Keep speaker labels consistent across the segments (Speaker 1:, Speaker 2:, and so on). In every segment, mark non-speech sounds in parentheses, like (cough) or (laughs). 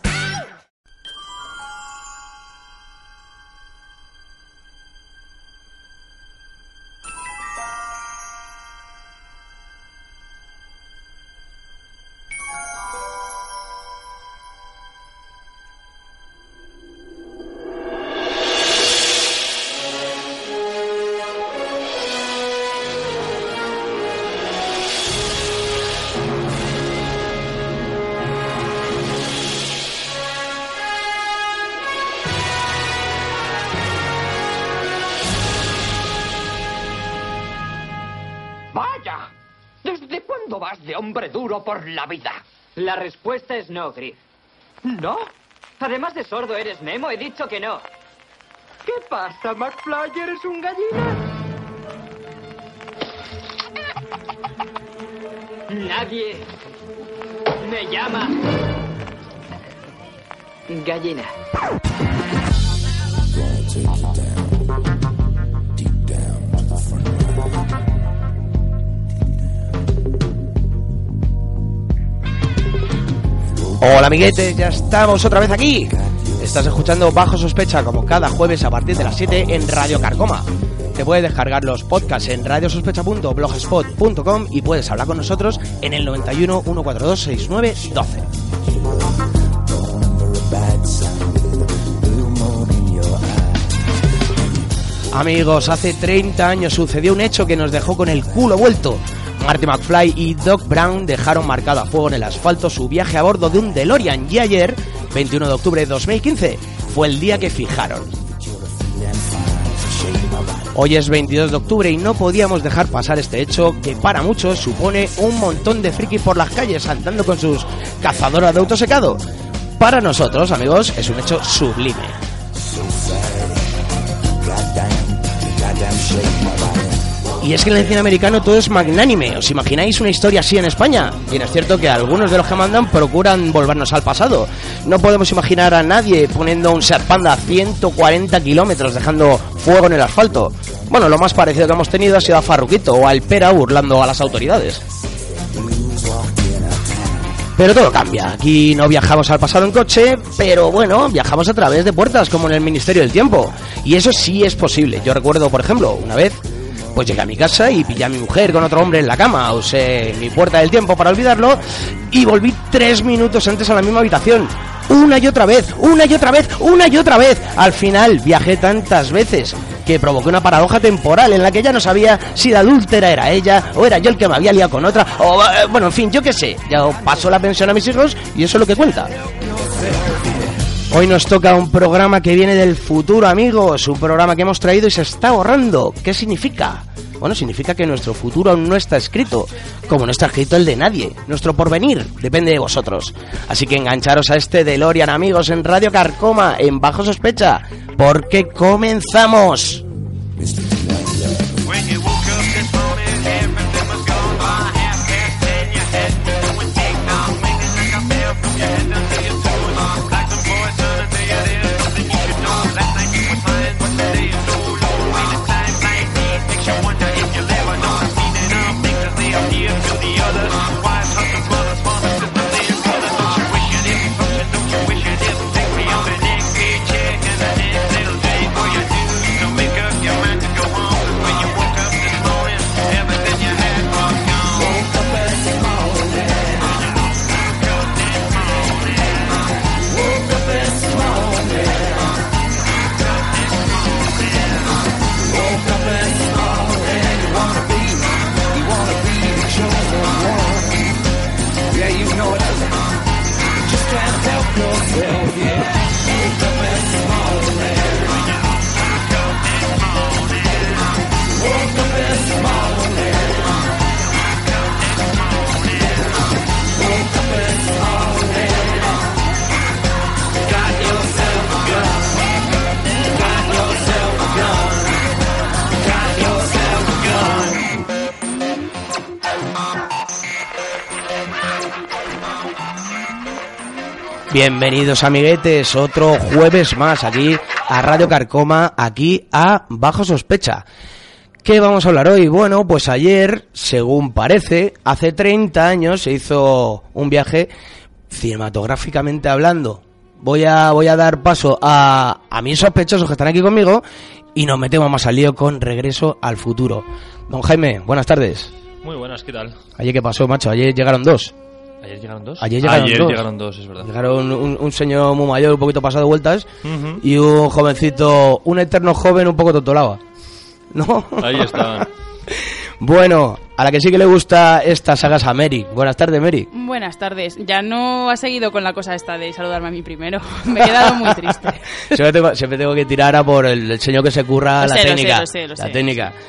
Speaker 1: ¡Vaya! ¿Desde cuándo vas de hombre duro por la vida?
Speaker 2: La respuesta es no, Gri.
Speaker 1: ¿No?
Speaker 2: Además de sordo, eres Nemo. He dicho que no.
Speaker 1: ¿Qué pasa, McFly? ¿Eres un gallina?
Speaker 2: Nadie me llama gallina.
Speaker 3: Hola amiguetes, ya estamos otra vez aquí. Estás escuchando Bajo Sospecha como cada jueves a partir de las 7 en Radio Carcoma. Te puedes descargar los podcasts en radiosospecha.blogspot.com y puedes hablar con nosotros en el 91 142 6912. Amigos, hace 30 años sucedió un hecho que nos dejó con el culo vuelto. Marty McFly y Doc Brown dejaron marcado a fuego en el asfalto su viaje a bordo de un DeLorean y ayer, 21 de octubre de 2015, fue el día que fijaron. Hoy es 22 de octubre y no podíamos dejar pasar este hecho que para muchos supone un montón de frikis por las calles andando con sus cazadoras de autosecado. Para nosotros, amigos, es un hecho sublime. Y es que en el cine americano todo es magnánime. ¿Os imagináis una historia así en España? Bien, es cierto que algunos de los que mandan procuran volvernos al pasado. No podemos imaginar a nadie poniendo un Seat Panda a 140 kilómetros dejando fuego en el asfalto. Bueno, lo más parecido que hemos tenido ha sido a Farruquito o a El Pera burlando a las autoridades. Pero todo cambia. Aquí no viajamos al pasado en coche, pero bueno, viajamos a través de puertas, como en el Ministerio del Tiempo. Y eso sí es posible. Yo recuerdo, por ejemplo, una vez, pues llegué a mi casa y pillé a mi mujer con otro hombre en la cama. Usé mi puerta del tiempo para olvidarlo y volví tres minutos antes a la misma habitación. Una y otra vez, una y otra vez, una y otra vez. Al final viajé tantas veces que provoqué una paradoja temporal en la que ya no sabía si la adúltera era ella o era yo el que me había liado con otra o eh, bueno, en fin, yo qué sé. Ya paso la pensión a mis hijos y eso es lo que cuenta. Hoy nos toca un programa que viene del futuro, amigos. Un programa que hemos traído y se está borrando. ¿Qué significa? Bueno, significa que nuestro futuro aún no está escrito, como no está escrito el de nadie. Nuestro porvenir depende de vosotros. Así que engancharos a este DeLorean, amigos, en Radio Carcoma, en Bajo Sospecha, porque comenzamos.
Speaker 4: When you woke up this morning, everything was gone by half past ten. You had to and take now, making like a bell from your head until your two alarm. Like the boys trying to tell you there's nothing you should know. Last night you were fine, but today is so low. When a time like these makes you wonder if you'll ever know. I've seen enough things as they appear to the others. Wives, husbands, mothers, fathers, sisters, and brothers. Don't you wish it is? Don't you wish it is? Take me up an egg, check, and a little day for you do. So make up your mind to go on.
Speaker 3: Bienvenidos amiguetes, otro jueves más aquí a Radio Carcoma, aquí a Bajo Sospecha. ¿Qué vamos a hablar hoy? Bueno, pues ayer, según parece, hace 30 años se hizo un viaje cinematográficamente hablando. Voy a, voy a dar paso a, a mis sospechosos que están aquí conmigo y nos metemos más al lío con Regreso al Futuro. Don Jaime, buenas tardes.
Speaker 5: Muy buenas, ¿qué tal?
Speaker 3: Ayer qué pasó, macho, ayer llegaron dos.
Speaker 5: ¿Ayer llegaron dos?
Speaker 3: Ayer llegaron dos.
Speaker 5: llegaron dos, es verdad.
Speaker 3: Llegaron un, un señor muy mayor, un poquito pasado de vueltas, y un jovencito, un eterno joven un poco tontolaba. ¿No? (laughs)
Speaker 5: Ahí estaban.
Speaker 3: Bueno, a la que sí que le gusta esta saga es a Mary. Buenas tardes,
Speaker 6: (laughs)
Speaker 3: Mary.
Speaker 6: Buenas tardes. Ya no ha seguido con la cosa esta de saludarme a mí primero. (laughs) Me he quedado muy triste.
Speaker 3: Siempre tengo, siempre tengo que tirar a por el, el señor que se curra
Speaker 6: Lo
Speaker 3: la
Speaker 6: sé, lo
Speaker 3: técnica.
Speaker 6: sé, lo sé,
Speaker 3: la
Speaker 6: lo sé.
Speaker 3: técnica. (laughs)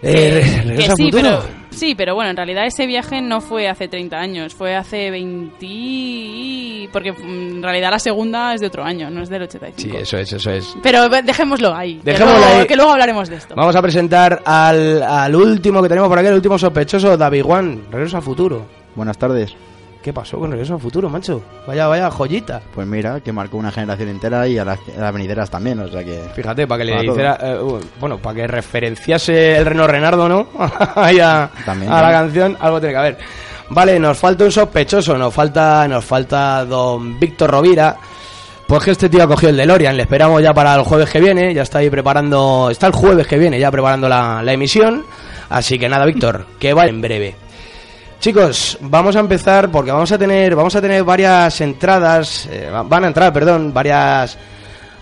Speaker 3: Eh, re- ¿Regresa
Speaker 6: Que
Speaker 3: al
Speaker 6: sí,
Speaker 3: futuro?
Speaker 6: pero, sí, pero bueno, en realidad ese viaje no fue hace 30 años, fue hace 20... y- Porque mm, en realidad la segunda es de otro año, no es del 85.
Speaker 3: Sí, eso es, eso es.
Speaker 6: Pero ve- dejémoslo ahí. que
Speaker 3: Dejémoslo
Speaker 6: luego-
Speaker 3: ahí.
Speaker 6: Que luego hablaremos de esto.
Speaker 3: Vamos a presentar al, al último que tenemos por aquí, el último sospechoso, David Juan. Regreso al futuro.
Speaker 7: Buenas tardes.
Speaker 3: ¿Qué pasó con Regreso al futuro, macho? Vaya, vaya joyita.
Speaker 7: Pues mira, que marcó una generación entera y a las, a las venideras también, o sea que...
Speaker 3: Fíjate, para que le
Speaker 7: A todo.
Speaker 3: hiciera. eh, uh, bueno, para que referenciase el Reno Renardo, ¿no? (laughs) Ahí a,
Speaker 7: También,
Speaker 3: a la
Speaker 7: también.
Speaker 3: canción, algo tiene que haber. Vale, nos falta un sospechoso, nos falta, nos falta don Víctor Rovira. Pues que este tío ha cogido el DeLorean, le esperamos ya para el jueves que viene, ya está ahí preparando, está el jueves que viene ya preparando la, la emisión. Así que nada, Víctor, que va en breve. Chicos, vamos a empezar porque vamos a tener, vamos a tener varias entradas, eh, va- van a entrar, perdón, varias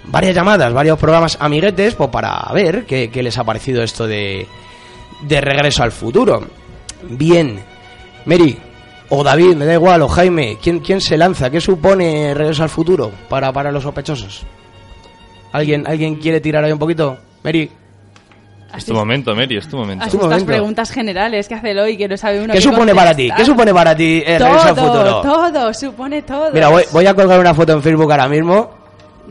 Speaker 3: varias llamadas, varios programas amiguetes, pues para ver qué, qué les ha parecido esto de, de regreso al futuro. Bien, Mary, o David, me da igual, o Jaime, ¿quién, quién se lanza? ¿Qué supone regreso al futuro para, para los sospechosos? ¿Alguien, ¿Alguien quiere tirar ahí un poquito? Mary,
Speaker 6: Así
Speaker 5: Es tu
Speaker 6: es-
Speaker 5: momento, Mary, es tu momento.
Speaker 6: así
Speaker 3: tu
Speaker 6: estas
Speaker 3: momento.
Speaker 6: preguntas generales que hace el hoy que no sabe uno
Speaker 3: ¿qué supone para ti?
Speaker 6: contestar.
Speaker 3: ¿Qué supone para ti eh, regreso al futuro?
Speaker 6: Todo, todo, supone todo.
Speaker 3: Mira, voy, voy a colgar una foto en Facebook ahora mismo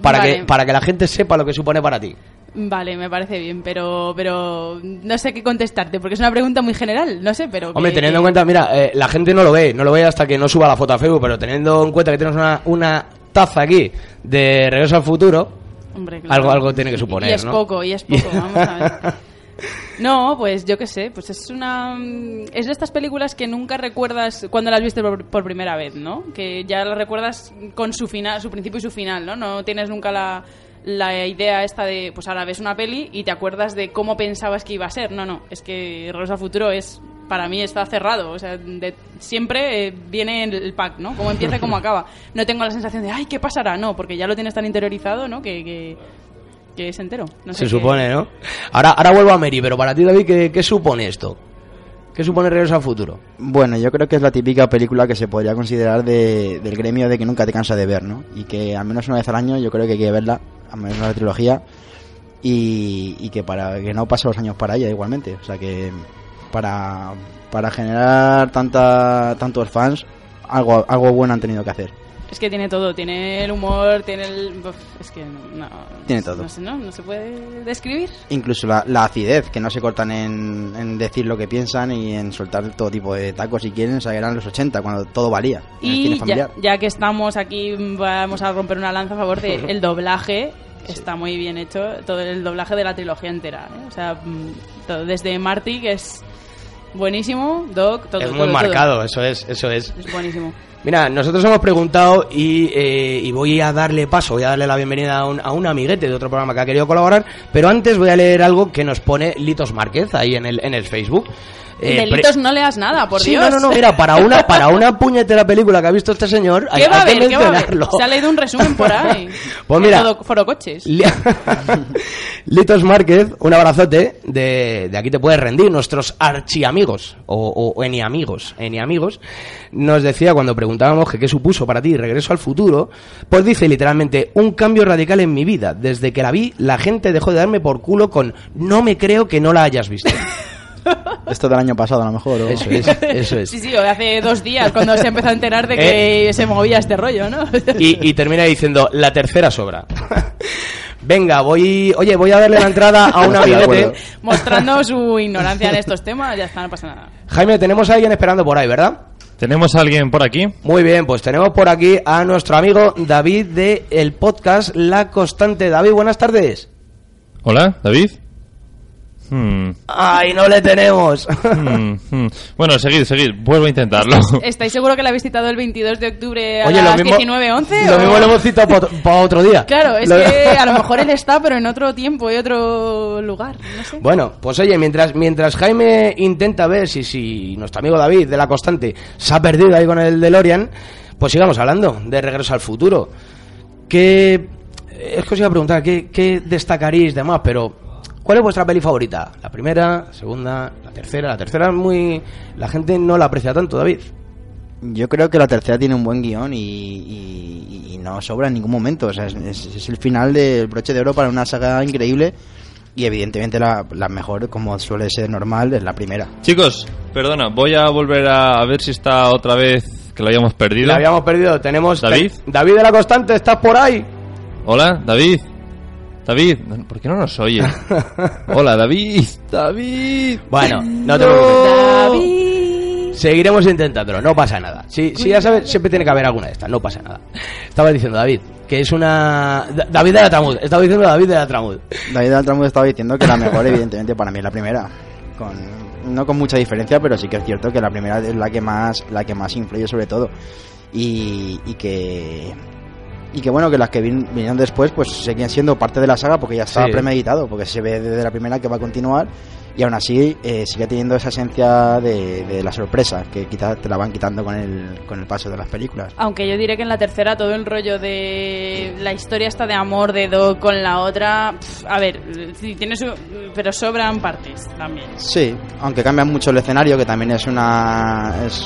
Speaker 3: para,
Speaker 6: Vale.
Speaker 3: que, para que la gente sepa lo que supone para ti.
Speaker 6: Vale, me parece bien, pero, pero no sé qué contestarte, porque es una pregunta muy general, no sé, pero...
Speaker 3: Hombre,
Speaker 6: que-
Speaker 3: teniendo en cuenta, mira, eh, la gente no lo ve, no lo ve hasta que no suba la foto a Facebook, pero teniendo en cuenta que tenemos una, una taza aquí de Regreso al Futuro,
Speaker 6: Hombre, claro.
Speaker 3: algo, algo tiene que
Speaker 6: Y
Speaker 3: suponer,
Speaker 6: es
Speaker 3: ¿no?
Speaker 6: poco, y es poco, vamos a
Speaker 3: (laughs)
Speaker 6: ver. No, pues yo qué sé, pues es una... mm, Es de estas películas que nunca recuerdas cuando las viste por, por primera vez, ¿no? Que ya las recuerdas con su final, su principio y su final, ¿no? No tienes nunca la, la idea esta de, pues ahora ves una peli y te acuerdas de cómo pensabas que iba a ser. No, no, es que Regreso al Futuro es... Para mí está cerrado, o sea, de- siempre eh, viene el pack, ¿no? Cómo empieza
Speaker 3: (laughs)
Speaker 6: y cómo acaba. No tengo la sensación de, ay, ¿qué pasará? No, porque ya lo tienes tan interiorizado, ¿no? Que, que, que es entero. No sé
Speaker 3: Se
Speaker 6: qué-
Speaker 3: supone, ¿no? Ahora, ahora vuelvo a Mary, pero para ti, David, ¿qué, qué supone esto? ¿Qué supone Regreso al Futuro?
Speaker 7: Bueno, yo creo que es la típica película que se podría considerar de- del gremio de que nunca te cansa de ver, ¿no? Y que al menos una vez al año yo creo que hay que verla, al menos una trilogía, y, y que para que no pasen los años para ella igualmente. O sea que para, para generar tanta, tantos fans, algo, algo bueno han tenido que hacer.
Speaker 6: Es que tiene todo, tiene el humor, tiene el... uf, Es que no...
Speaker 7: Tiene
Speaker 6: no-
Speaker 7: todo.
Speaker 6: No, sé, ¿no? no se puede describir.
Speaker 7: Incluso la, la acidez, que no se cortan en, en decir lo que piensan y en soltar todo tipo de tacos si quieren, o sea, eran los 80 cuando todo valía. en el cine
Speaker 6: Y ya,
Speaker 7: familiar.
Speaker 6: ya que estamos aquí, vamos a romper una lanza a favor
Speaker 3: (laughs)
Speaker 6: del doblaje. Está muy bien hecho todo el doblaje de la trilogía entera. ¿eh? O sea, mm, todo, desde Marty, que es buenísimo, Doc, todo.
Speaker 3: es
Speaker 6: todo,
Speaker 3: muy
Speaker 6: todo.
Speaker 3: marcado, eso es, eso es.
Speaker 6: Es buenísimo.
Speaker 3: Mira, nosotros hemos preguntado y, eh, y voy a darle paso, voy a darle la bienvenida a un, a un amiguete de otro programa que ha querido colaborar, pero antes voy a leer algo que nos pone Litos Márquez ahí en el, en el Facebook. Eh, pre-
Speaker 6: Delitos no leas nada, por
Speaker 3: sí,
Speaker 6: Dios.
Speaker 3: no, no, no, mira, para
Speaker 6: (laughs)
Speaker 3: una, para una puñetera película que ha visto este señor, hay,
Speaker 6: ¿Qué va a
Speaker 3: hay que
Speaker 6: haber? ¿Qué va a haber?
Speaker 3: mencionarlo.
Speaker 6: Se ha leído un resumen por ahí.
Speaker 3: (laughs) Pues
Speaker 6: En
Speaker 3: mira.
Speaker 6: Todo foro coches.
Speaker 3: Li- (laughs) Litos Márquez, un abrazote de, de aquí te puedes rendir, nuestros archiamigos o, o, o eniamigos, eniamigos, nos decía cuando preguntábamos que qué supuso para ti regreso al futuro, pues dice literalmente un cambio radical en mi vida. Desde que la vi, la gente dejó de darme por culo con no me creo que no la hayas
Speaker 7: (laughs)
Speaker 3: visto.
Speaker 7: Esto del año pasado, a lo mejor. o-
Speaker 3: Eso es, (laughs) eso es.
Speaker 7: (laughs)
Speaker 3: Eh.
Speaker 6: Sí, sí, hace dos días cuando se empezó a enterar de que se movía este rollo, ¿no?
Speaker 3: (laughs) y, y termina diciendo la tercera sobra. (laughs) Venga, voy, oye, voy a darle la entrada
Speaker 7: (laughs)
Speaker 3: a un
Speaker 7: Estoy de
Speaker 3: amiguete.
Speaker 7: acuerdo.
Speaker 6: Mostrando su ignorancia en estos temas, ya está, no pasa nada.
Speaker 3: Jaime, tenemos a alguien esperando por ahí, ¿verdad?
Speaker 5: ¿Tenemos a alguien por aquí?
Speaker 3: Muy bien, pues tenemos por aquí a nuestro amigo David de el podcast La Constante. David, buenas tardes.
Speaker 5: Hola, David. Hmm,
Speaker 3: Ay, no le
Speaker 6: (laughs)
Speaker 3: tenemos.
Speaker 5: hmm, hmm. Bueno, seguid, seguid. Vuelvo a intentarlo.
Speaker 6: ¿Estáis seguro que la habéis citado el 22 de octubre a
Speaker 3: Oye, lo
Speaker 6: las
Speaker 3: mismo,
Speaker 6: 19.11?
Speaker 3: lo
Speaker 6: o-
Speaker 3: mismo lo hemos citado para otro día.
Speaker 6: Claro, es
Speaker 3: Lo-
Speaker 6: que
Speaker 3: (laughs)
Speaker 6: a lo mejor él está, pero en otro tiempo y otro lugar. No sé.
Speaker 3: Bueno, pues oye, mientras, mientras Jaime intenta ver si, si nuestro amigo David de La Constante se ha perdido ahí con el DeLorean, pues sigamos hablando de Regreso al Futuro. Que eh, es que os iba a preguntar, ¿qué, qué destacaríais de más? Pero, ¿cuál es vuestra peli favorita? La primera, la segunda, la tercera. La tercera es muy... La gente no la aprecia tanto, David.
Speaker 7: Yo creo que la tercera tiene un buen guión y, y- y no sobra en ningún momento. O sea, es, es- es el final del broche de oro para una saga increíble y evidentemente la, la mejor, como suele ser normal, es la primera.
Speaker 5: (laughs) Chicos, perdona, voy a volver a, a ver si está otra vez que lo habíamos perdido.
Speaker 3: La habíamos perdido. Tenemos...
Speaker 5: ¿David?
Speaker 3: David de La Constante, ¿estás por ahí?
Speaker 5: Hola, David. David, ¿por qué no nos
Speaker 3: (laughs)
Speaker 5: oye? Hola, David. David.
Speaker 3: Bueno, no te preocupes. Seguiremos intentándolo, no pasa nada. Si, si ya sabes, siempre tiene que haber alguna de estas, no pasa nada. Estaba diciendo David, que es una... Da- David de la Tramud, estaba diciendo David de la Tramud.
Speaker 7: David Altramud estaba diciendo que la mejor, evidentemente, para mí es la primera. Con, no con mucha diferencia, pero sí que es cierto que la primera es la que más, la que más influye sobre todo. Y, y que y que bueno que las que vin- vinieron después pues seguían siendo parte de la saga porque ya estaba
Speaker 3: Sí.
Speaker 7: premeditado porque se ve desde la primera que va a continuar y aún así eh, sigue teniendo esa esencia de, de la sorpresa que quizás te la van quitando con el, con el paso de las películas
Speaker 6: Aunque yo diré que en la tercera todo el rollo de la historia está de amor de Doc con la otra. pf, a ver, sí, tiene su- pero sobran partes también.
Speaker 7: Sí, aunque cambian mucho el escenario, que también es una. es.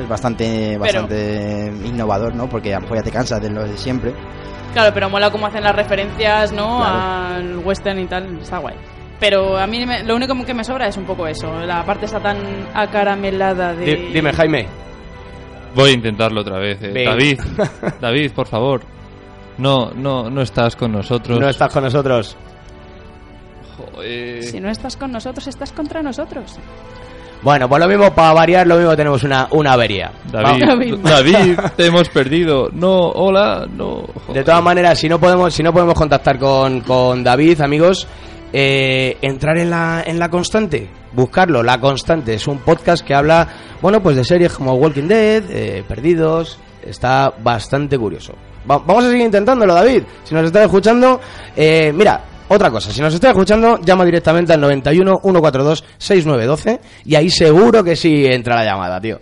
Speaker 7: es bastante. bastante innovador, ¿no? Porque a lo mejor ya te cansas de lo de siempre.
Speaker 6: Claro, pero mola cómo hacen las referencias, ¿no?
Speaker 7: Claro.
Speaker 6: Al western y tal, está guay. Pero a mí me- lo único que me sobra es un poco eso, la parte está tan acaramelada de...
Speaker 3: Di- Dime, Jaime.
Speaker 5: Voy a intentarlo otra vez. eh.
Speaker 3: Venga. (laughs)
Speaker 5: David, David, por favor. No, no, no estás con nosotros.
Speaker 3: No estás con nosotros.
Speaker 5: Joder.
Speaker 6: Si no estás con nosotros, estás contra nosotros.
Speaker 3: Bueno, pues lo mismo, para variar, lo mismo tenemos una, una avería.
Speaker 5: David,
Speaker 6: David.
Speaker 5: (laughs) David, te hemos perdido. No, hola, no. joder.
Speaker 3: De todas maneras, si no podemos, si no podemos contactar con, con David, amigos, eh, entrar en la, en la constante, buscarlo, la constante. Es un podcast que habla, bueno, pues de series como Walking Dead, eh, Perdidos. Está bastante curioso. Va- vamos a seguir intentándolo, David. Si nos estás escuchando, eh, mira, otra cosa, si nos estás escuchando, llama directamente al 91 142 6912 y ahí seguro que sí entra la llamada, tío.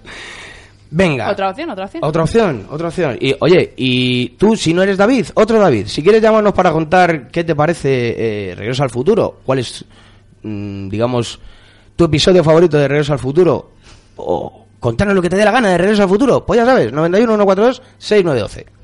Speaker 3: Venga.
Speaker 6: Otra opción, otra opción.
Speaker 3: Otra opción, otra opción. Y oye, y tú, si no eres David, otro David. Si quieres llamarnos para contar qué te parece eh, Regreso al Futuro, cuál es, mm, digamos, tu episodio favorito de Regreso al Futuro, o contarnos lo que te dé la gana de Regreso al Futuro, pues ya sabes, 91 142 6912.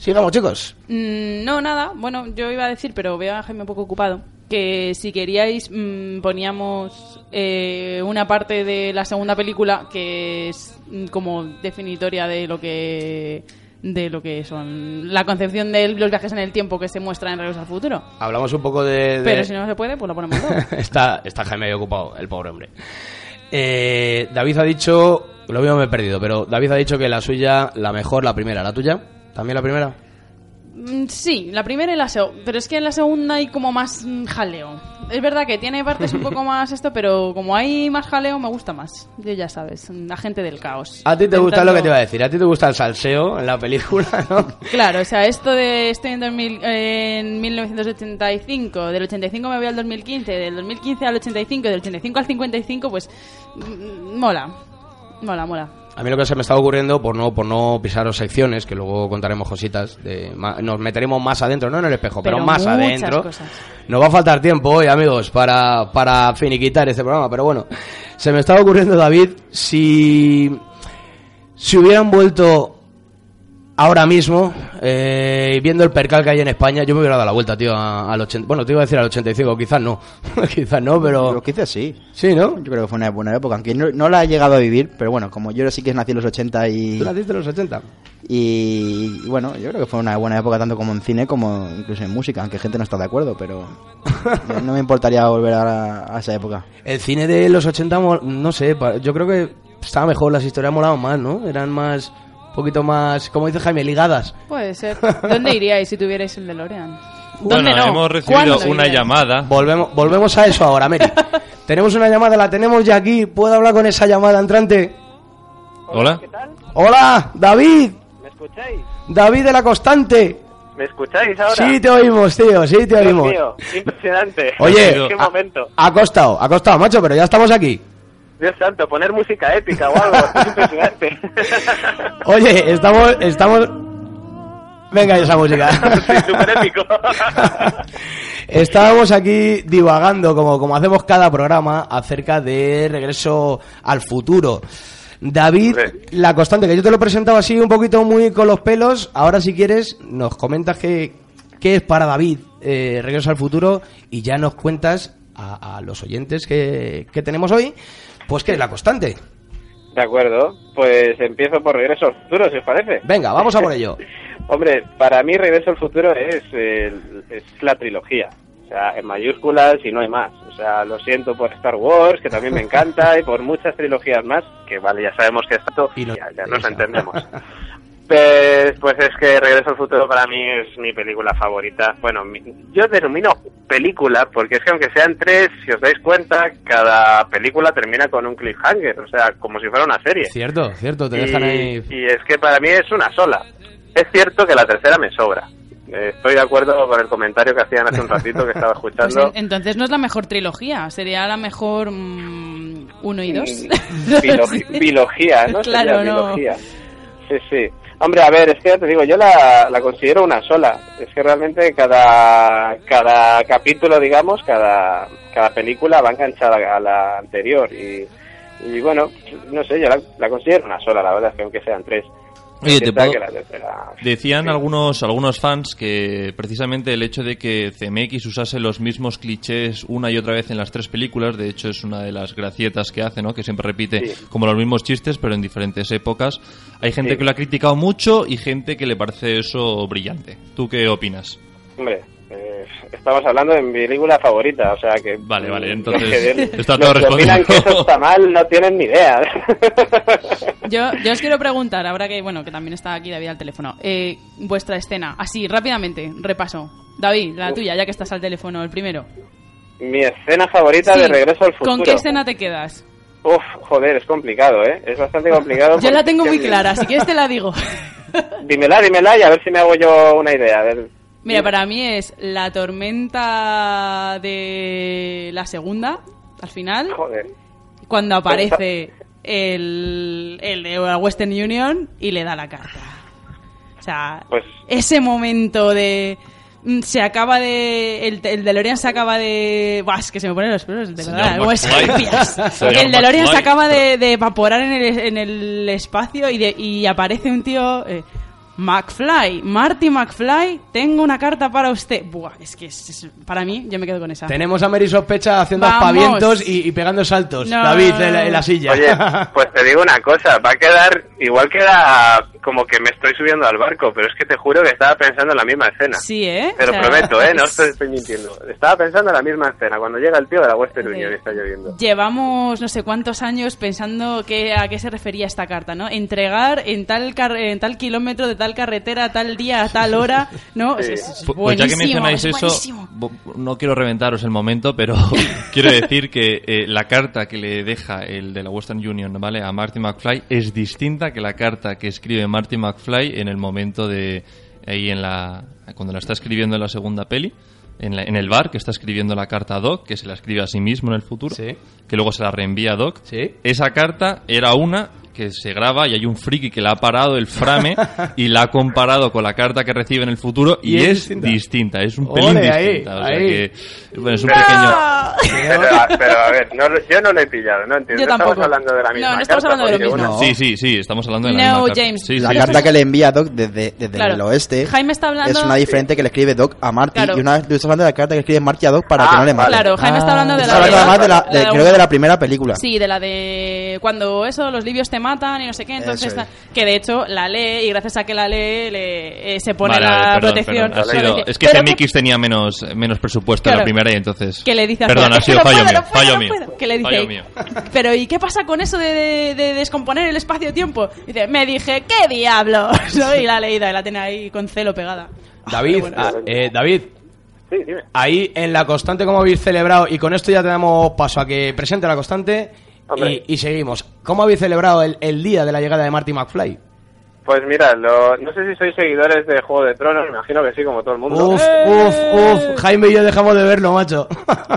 Speaker 3: Sigamos, chicos.
Speaker 6: Mm, no, nada. Bueno, yo iba a decir, pero veo a Jaime un poco ocupado, que si queríais mm, poníamos eh, una parte de la segunda película que es mm, como definitoria de lo que de lo que son la concepción de los viajes en el tiempo que se muestra en Regreso al Futuro.
Speaker 3: Hablamos un poco Eh, de. de-
Speaker 6: Pero si no se puede, pues lo ponemos
Speaker 3: (laughs)
Speaker 6: todo.
Speaker 3: está, está Jaime ahí ocupado, el pobre hombre. Eh, David ha dicho, lo mismo me he perdido, pero David ha dicho que la suya, la mejor, la primera. ¿La tuya? ¿También la primera?
Speaker 6: Mm, Sí, la primera y la segunda. Pero es que en la segunda hay como más mm, jaleo. Es verdad que tiene partes un
Speaker 3: (laughs)
Speaker 6: poco más esto, pero como hay más jaleo, me gusta más. Yo ya sabes, mm, agente del caos.
Speaker 3: A ti te gusta
Speaker 6: Intentando-
Speaker 3: lo que te iba a decir, a ti te gusta el salseo en la película, (laughs) ¿no?
Speaker 6: Claro, o sea, esto de estoy en, 2000 en 1985, del 85 me voy al 2015, del 2015 al 85, del 85 al 55, pues mm, mola. Mola, mola.
Speaker 3: A mí lo que se me está ocurriendo, por no, por no pisaros secciones, que luego contaremos cositas, de ma- nos meteremos más adentro, no en el espejo, pero,
Speaker 6: Pero
Speaker 3: más
Speaker 6: muchas
Speaker 3: adentro.
Speaker 6: cosas.
Speaker 3: Nos va a faltar tiempo hoy, amigos, para, para finiquitar este programa, pero bueno, se me estaba ocurriendo, David, si, si hubieran vuelto ahora mismo, eh, viendo el percal que hay en España, yo me hubiera dado la vuelta, tío, a- al 80, bueno, te iba a decir al 85, quizás no, (laughs) quizás no,
Speaker 7: Pero
Speaker 3: pero...
Speaker 7: quizás sí.
Speaker 3: Sí, ¿no?
Speaker 7: Yo creo que fue una buena época, aunque no, no la he llegado a vivir, pero bueno, como yo sí que nací en los 80 y,
Speaker 3: ¿Tú naciste en los 80?
Speaker 7: y, y bueno, yo creo que fue una buena época tanto como en cine como incluso en música, aunque gente no está de acuerdo, pero no- no me importaría volver a, a esa época.
Speaker 3: El cine de los 80, mo- no sé, pa- yo creo que estaba mejor, las historias molaban más, ¿no? Eran más, un poquito más, como dice Jaime, ligadas.
Speaker 6: Puede ser. ¿Dónde iríais si tuvierais el DeLorean?
Speaker 5: Bueno,
Speaker 6: ¿Dónde no?
Speaker 5: hemos recibido
Speaker 6: ¿Cuándo
Speaker 5: una
Speaker 6: iríais?
Speaker 5: llamada.
Speaker 3: Volvemos, volvemos a eso ahora, (laughs) Mary. tenemos una llamada, la tenemos ya aquí. ¿Puedo hablar con esa llamada entrante?
Speaker 5: Hola.
Speaker 3: Hola, David,
Speaker 8: ¿Me escucháis?
Speaker 3: David de la Constante.
Speaker 8: ¿Me escucháis ahora?
Speaker 3: Sí, te oímos, tío, sí, te
Speaker 8: Dios
Speaker 3: oímos.
Speaker 8: mío, impresionante.
Speaker 3: Oye,
Speaker 8: qué
Speaker 3: ha-
Speaker 8: momento.
Speaker 3: ha costado, ha costado, macho, pero ya estamos aquí.
Speaker 8: Dios santo, poner música épica o algo. es impresionante.
Speaker 3: (laughs)
Speaker 8: (laughs)
Speaker 3: Oye, estamos, estamos. Venga esa música.
Speaker 8: (laughs) Sí, súper épico.
Speaker 3: (laughs) Estábamos aquí divagando, como, como hacemos cada programa, acerca de regreso al futuro. David,
Speaker 8: Sí.
Speaker 3: la constante, que yo te lo presentaba así un poquito muy con los pelos, ahora si quieres nos comentas qué, qué es para David eh, Regreso al Futuro y ya nos cuentas a, a los oyentes que, que tenemos hoy, pues que es la constante.
Speaker 8: De acuerdo, pues empiezo por Regreso al Futuro, si os parece.
Speaker 3: Venga, vamos a por
Speaker 8: (laughs)
Speaker 3: ello.
Speaker 8: Hombre, para mí Regreso al Futuro es, eh, es la trilogía. O sea, en mayúsculas y no hay más. O sea, lo siento por Star Wars, que también me encanta, y por muchas trilogías más, que vale, ya sabemos que es tanto,
Speaker 3: Y lo-
Speaker 8: ya, ya nos
Speaker 3: eso.
Speaker 8: entendemos.
Speaker 3: (laughs)
Speaker 8: Pues, pues es que Regreso al Futuro para mí es mi película favorita. Bueno, mi- yo denomino película porque es que aunque sean tres, si os dais cuenta, cada película termina con un cliffhanger, o sea, como si fuera una serie.
Speaker 3: Cierto, cierto, te dejan
Speaker 8: Y-
Speaker 3: ahí...
Speaker 8: Y es que para mí es una sola. Es cierto que la tercera me sobra. Eh, Estoy de acuerdo con el comentario que hacían hace un ratito que
Speaker 3: (laughs)
Speaker 8: estaba
Speaker 6: Pues
Speaker 8: escuchando.
Speaker 6: en- entonces no es la mejor trilogía, sería la mejor mm, uno y dos. (laughs)
Speaker 8: Bilo- Bilogía, Mm, ¿no?
Speaker 6: Claro,
Speaker 8: Sería
Speaker 6: no.
Speaker 8: bilogía. Sí, sí. Hombre, a ver, es que ya te digo, yo la, la considero una sola. Es que realmente cada, cada capítulo, digamos, cada, cada película va enganchada a la anterior. Y, y bueno, no sé, yo la, la considero una sola, la verdad, es que aunque sean tres.
Speaker 5: Oye,
Speaker 8: Es
Speaker 5: te
Speaker 8: cierta
Speaker 5: puedo-
Speaker 8: que la tercera-
Speaker 5: Decían
Speaker 8: Sí.
Speaker 5: algunos, algunos fans que precisamente el hecho de que CMX usase los mismos clichés una y otra vez en las tres películas, de hecho es una de las gracietas que hace, ¿no? Que siempre repite
Speaker 8: Sí.
Speaker 5: como los mismos chistes, pero en diferentes épocas. Hay gente
Speaker 8: Sí.
Speaker 5: que lo ha criticado mucho y gente que le parece eso brillante. ¿Tú qué opinas?
Speaker 8: Hombre, eh, estamos hablando de mi película favorita, o sea que...
Speaker 5: Vale, vale,
Speaker 8: mm,
Speaker 5: entonces
Speaker 8: los que-
Speaker 5: está
Speaker 8: los
Speaker 5: todo
Speaker 8: que opinan
Speaker 5: respondido.
Speaker 8: que eso está mal no tienen
Speaker 5: (laughs)
Speaker 8: ni idea.
Speaker 6: Yo, yo os quiero preguntar, ahora que bueno que también está aquí David al teléfono, eh, vuestra escena, así rápidamente, repaso. David, la tuya, ya que estás al teléfono, el primero.
Speaker 8: mi escena favorita de
Speaker 6: Sí.
Speaker 8: Regreso al Futuro.
Speaker 6: ¿Con qué escena te quedas?
Speaker 8: Uf, joder, es complicado, ¿eh? Es bastante complicado.
Speaker 6: (laughs) Yo la
Speaker 8: porque-
Speaker 6: tengo muy clara, si quieres te la
Speaker 8: (laughs)
Speaker 6: digo.
Speaker 8: Dímela, dímela y a ver si me hago yo una idea. A ver.
Speaker 6: Mira, para mí es la tormenta de la segunda, al final,
Speaker 8: Joder.
Speaker 6: cuando aparece el, el de la Western Union y le da la carta. O sea,
Speaker 8: Pues-
Speaker 6: ese momento de... mm, Se acaba de... El, el DeLorean se acaba de... Buah, es que se me ponen los pelos, de
Speaker 5: Señor
Speaker 6: verdad. Como
Speaker 5: McFly.
Speaker 6: (laughs) escarpias.
Speaker 5: Señor
Speaker 6: el DeLorean se
Speaker 5: McFly.
Speaker 6: acaba de, de evaporar en el, en el espacio y, de- y aparece un tío... eh, McFly, Marty McFly, tengo una carta para usted. Buah, es que es- es- para mí yo me quedo con esa.
Speaker 3: Tenemos a Mary Sospecha haciendo
Speaker 6: Vamos.
Speaker 3: aspavientos y, y pegando saltos.
Speaker 6: No.
Speaker 3: David en la, en la silla. (laughs)
Speaker 8: Oye, pues te digo una cosa, va a quedar, igual queda como que me estoy subiendo al barco, pero es que te juro que estaba pensando en la misma escena.
Speaker 6: Sí, ¿eh?
Speaker 8: Pero
Speaker 6: O sea, (laughs)
Speaker 8: prometo, ¿eh? No
Speaker 6: es-
Speaker 8: os estoy mintiendo. Estaba pensando en la misma escena, cuando llega el tío de la Western Union y está lloviendo.
Speaker 6: Llevamos no sé cuántos años pensando que, a qué se refería esta carta, ¿no? Entregar en tal, car- en tal kilómetro de tal carretera, tal día, a tal hora, ¿no? Es-
Speaker 8: Sí.
Speaker 6: es- es
Speaker 5: Pu- Pues ya que
Speaker 6: buenísimo,
Speaker 5: mencionáis
Speaker 6: es
Speaker 5: eso,
Speaker 6: buenísimo.
Speaker 5: bo- no quiero reventaros el momento, pero (laughs) quiero decir que eh, la carta que le deja el de la Western Union ¿vale? a Marty McFly es distinta que la carta que escribe Marty McFly en el momento de ahí en la cuando la está escribiendo en la segunda peli. En, la- en el bar que está escribiendo la carta a Doc, que se la escribe a sí mismo en el futuro,
Speaker 3: Sí.
Speaker 5: que luego se la reenvía a Doc.
Speaker 3: Sí.
Speaker 5: Esa carta era una que se graba y hay un friki que la ha parado el frame y la ha comparado con la carta que recibe en el futuro y, es distinta. es un pelín
Speaker 3: Ole, ahí,
Speaker 5: distinta. o sea
Speaker 3: ahí.
Speaker 5: que, bueno, es un pequeño...
Speaker 6: Ah.
Speaker 8: Pero, a- pero a ver, no lo- yo no lo he pillado, no entiendo.
Speaker 6: Yo tampoco.
Speaker 8: Estamos hablando de la misma
Speaker 6: No, no estamos
Speaker 8: carta,
Speaker 6: hablando de lo
Speaker 8: porque
Speaker 6: mismo.
Speaker 8: una-
Speaker 5: Sí, sí, sí, estamos hablando de la
Speaker 6: No,
Speaker 5: misma carta.
Speaker 6: James.
Speaker 5: Sí,
Speaker 6: La
Speaker 5: sí.
Speaker 7: La carta que le envía Doc desde, desde
Speaker 6: Claro.
Speaker 7: el oeste
Speaker 6: Jaime está hablando-
Speaker 7: es una diferente que le escribe Doc a Marty.
Speaker 6: Claro.
Speaker 7: Y una vez tú estás hablando de la carta que escribe Marty a Doc para
Speaker 8: Ah,
Speaker 7: que no le maten.
Speaker 6: Claro,
Speaker 5: Ah,
Speaker 6: Jaime está hablando de
Speaker 7: Estás
Speaker 6: la,
Speaker 7: hablando además de la, de-
Speaker 6: la-
Speaker 7: creo que de la primera película.
Speaker 6: Sí, de la de cuando eso, los libios te matan y no sé qué. Entonces,
Speaker 7: Eso es.
Speaker 6: tal- que de hecho la lee y gracias a que la lee le, eh, se pone
Speaker 5: Vale,
Speaker 6: la
Speaker 5: vale, perdón,
Speaker 6: protección.
Speaker 5: perdón, ha
Speaker 6: Pero
Speaker 5: sido-
Speaker 6: que-
Speaker 5: es que
Speaker 6: pero
Speaker 5: Femikis tenía menos, menos presupuesto en la
Speaker 6: Claro.
Speaker 5: primera y entonces.
Speaker 6: que le dice a
Speaker 5: Perdón,
Speaker 6: Zoe,
Speaker 5: ha
Speaker 6: "Es que
Speaker 5: sido
Speaker 6: no
Speaker 5: fallo
Speaker 6: puedo,
Speaker 5: mío.
Speaker 6: no puedo,
Speaker 5: fallo
Speaker 6: no
Speaker 5: mío.
Speaker 6: puedo". Que le dice,
Speaker 5: fallo mío.
Speaker 6: pero ¿y qué pasa con eso de, de descomponer el espacio-tiempo? Dice, me dije, ¿qué (laughs) diablos? ¿no? Y la ha leído y la tiene ahí con celo pegada.
Speaker 3: David, ah, eh, David,
Speaker 8: Sí, dime.
Speaker 3: ahí en la constante como habéis celebrado, y con esto ya te damos paso a que presente la constante
Speaker 8: Hombre.
Speaker 3: y, y seguimos. ¿Cómo habéis celebrado el, el día de la llegada de Marty McFly?
Speaker 8: Pues mira, lo- no sé si sois seguidores de Juego de Tronos, me imagino que sí, como todo el mundo. ¡Eh!
Speaker 3: Uf, uf, uf, Jaime y yo dejamos de verlo, macho.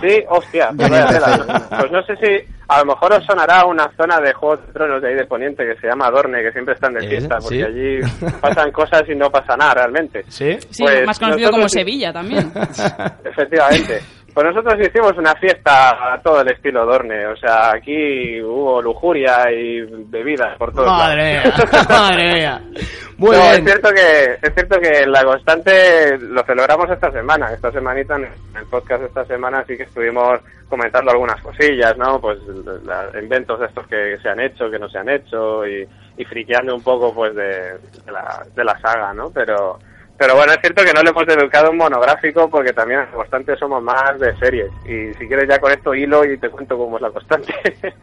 Speaker 8: Sí, hostia, pues
Speaker 7: Ya
Speaker 8: vaya
Speaker 7: ni empecé.
Speaker 8: tela. Pues no sé si, a lo mejor os sonará una zona de Juego de Tronos de ahí de Poniente que se llama Dorne, que siempre están de
Speaker 3: ¿Eh?
Speaker 8: fiesta, porque
Speaker 3: ¿Sí? (laughs)
Speaker 8: allí pasan cosas y no pasa nada realmente.
Speaker 3: ¿Sí?
Speaker 6: Sí,
Speaker 8: Pues
Speaker 6: más conocido
Speaker 8: nosotros
Speaker 6: como
Speaker 8: sí-
Speaker 6: Sevilla
Speaker 8: (laughs)
Speaker 6: también.
Speaker 8: Efectivamente. Pues nosotros hicimos una fiesta a todo el estilo Dorne, o sea, aquí hubo lujuria y bebidas por todos lados.
Speaker 3: Madre mía,
Speaker 8: (laughs)
Speaker 3: madre mía. Muy
Speaker 8: No,
Speaker 3: bien.
Speaker 8: Es cierto, que, es cierto que la constante lo celebramos esta semana. Esta semanita, en el podcast de esta semana, sí que estuvimos comentando algunas cosillas, ¿no? Pues la- inventos de estos que se han hecho, que no se han hecho y, y friqueando un poco, pues, de, de la, de la saga, ¿no? Pero, pero bueno, es cierto que no le hemos dedicado un monográfico porque también en la constante somos más de series. Y si quieres ya con esto hilo y te cuento cómo es la constante. (laughs)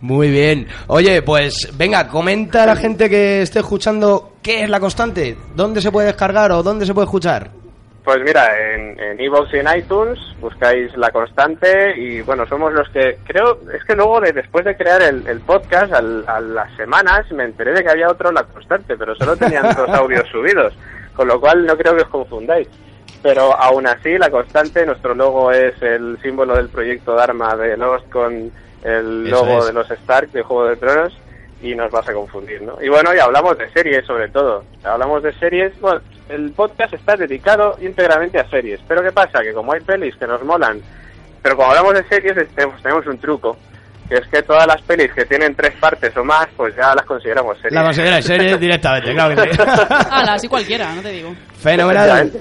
Speaker 3: Muy bien. Oye, pues venga, comenta a la gente que esté escuchando qué es la constante, dónde se puede descargar o dónde se puede escuchar.
Speaker 8: Pues mira, en en iVoox y en iTunes buscáis La Constante y bueno, somos los que creo, es que luego de, después de crear el, el podcast al- a las semanas me enteré de que había otro La Constante, pero solo tenían dos audios subidos, con lo cual no creo que os confundáis. Pero aún así, La Constante, nuestro logo es el símbolo del proyecto Dharma de Lost con el
Speaker 3: Eso
Speaker 8: logo
Speaker 3: es.
Speaker 8: de los Stark de Juego de Tronos y nos vas a confundir, ¿no? Y bueno, y hablamos de series sobre todo. Hablamos de series, bueno, el podcast está dedicado íntegramente a series. Pero ¿qué pasa? Que como hay pelis que nos molan, pero cuando hablamos de series es- tenemos, tenemos un truco, que es que todas las pelis que tienen tres partes o más, pues ya las consideramos series.
Speaker 3: La consideráis (laughs) serie directamente, claro que sí.
Speaker 6: Ala, así cualquiera, no te digo.
Speaker 3: Fenomenal.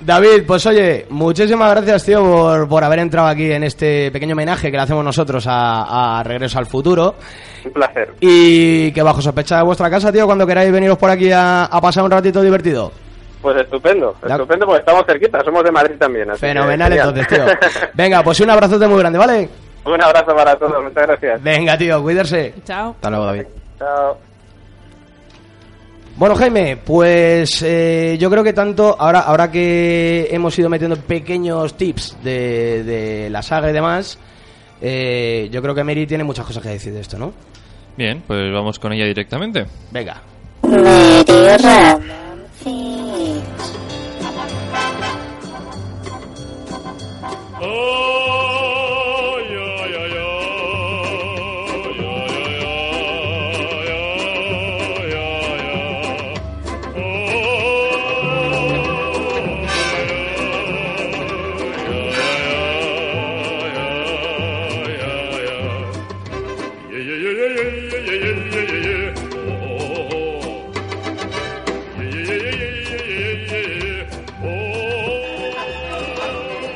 Speaker 3: David, pues oye, muchísimas gracias, tío, por, por haber entrado aquí en este pequeño homenaje que le hacemos nosotros a, a Regreso al Futuro.
Speaker 8: Un placer.
Speaker 3: Y que bajo sospecha de vuestra casa, tío, cuando queráis veniros por aquí a, a pasar un ratito divertido.
Speaker 8: Pues estupendo,
Speaker 3: La-
Speaker 8: estupendo porque estamos cerquita, somos de Madrid también. así que
Speaker 3: Fenomenal,
Speaker 8: genial.
Speaker 3: entonces, tío. Venga, pues un abrazote muy grande, ¿vale?
Speaker 8: (laughs) un abrazo para todos, muchas gracias.
Speaker 3: Venga, tío, cuíderse.
Speaker 6: Chao.
Speaker 3: Hasta luego, David.
Speaker 8: Chao.
Speaker 3: Bueno, Jaime, pues eh, yo creo que tanto, ahora, ahora que hemos ido metiendo pequeños tips de, de la saga y demás, eh, yo creo que Mary tiene muchas cosas que decir de esto, ¿no?
Speaker 5: Bien, pues vamos con ella directamente.
Speaker 3: Venga.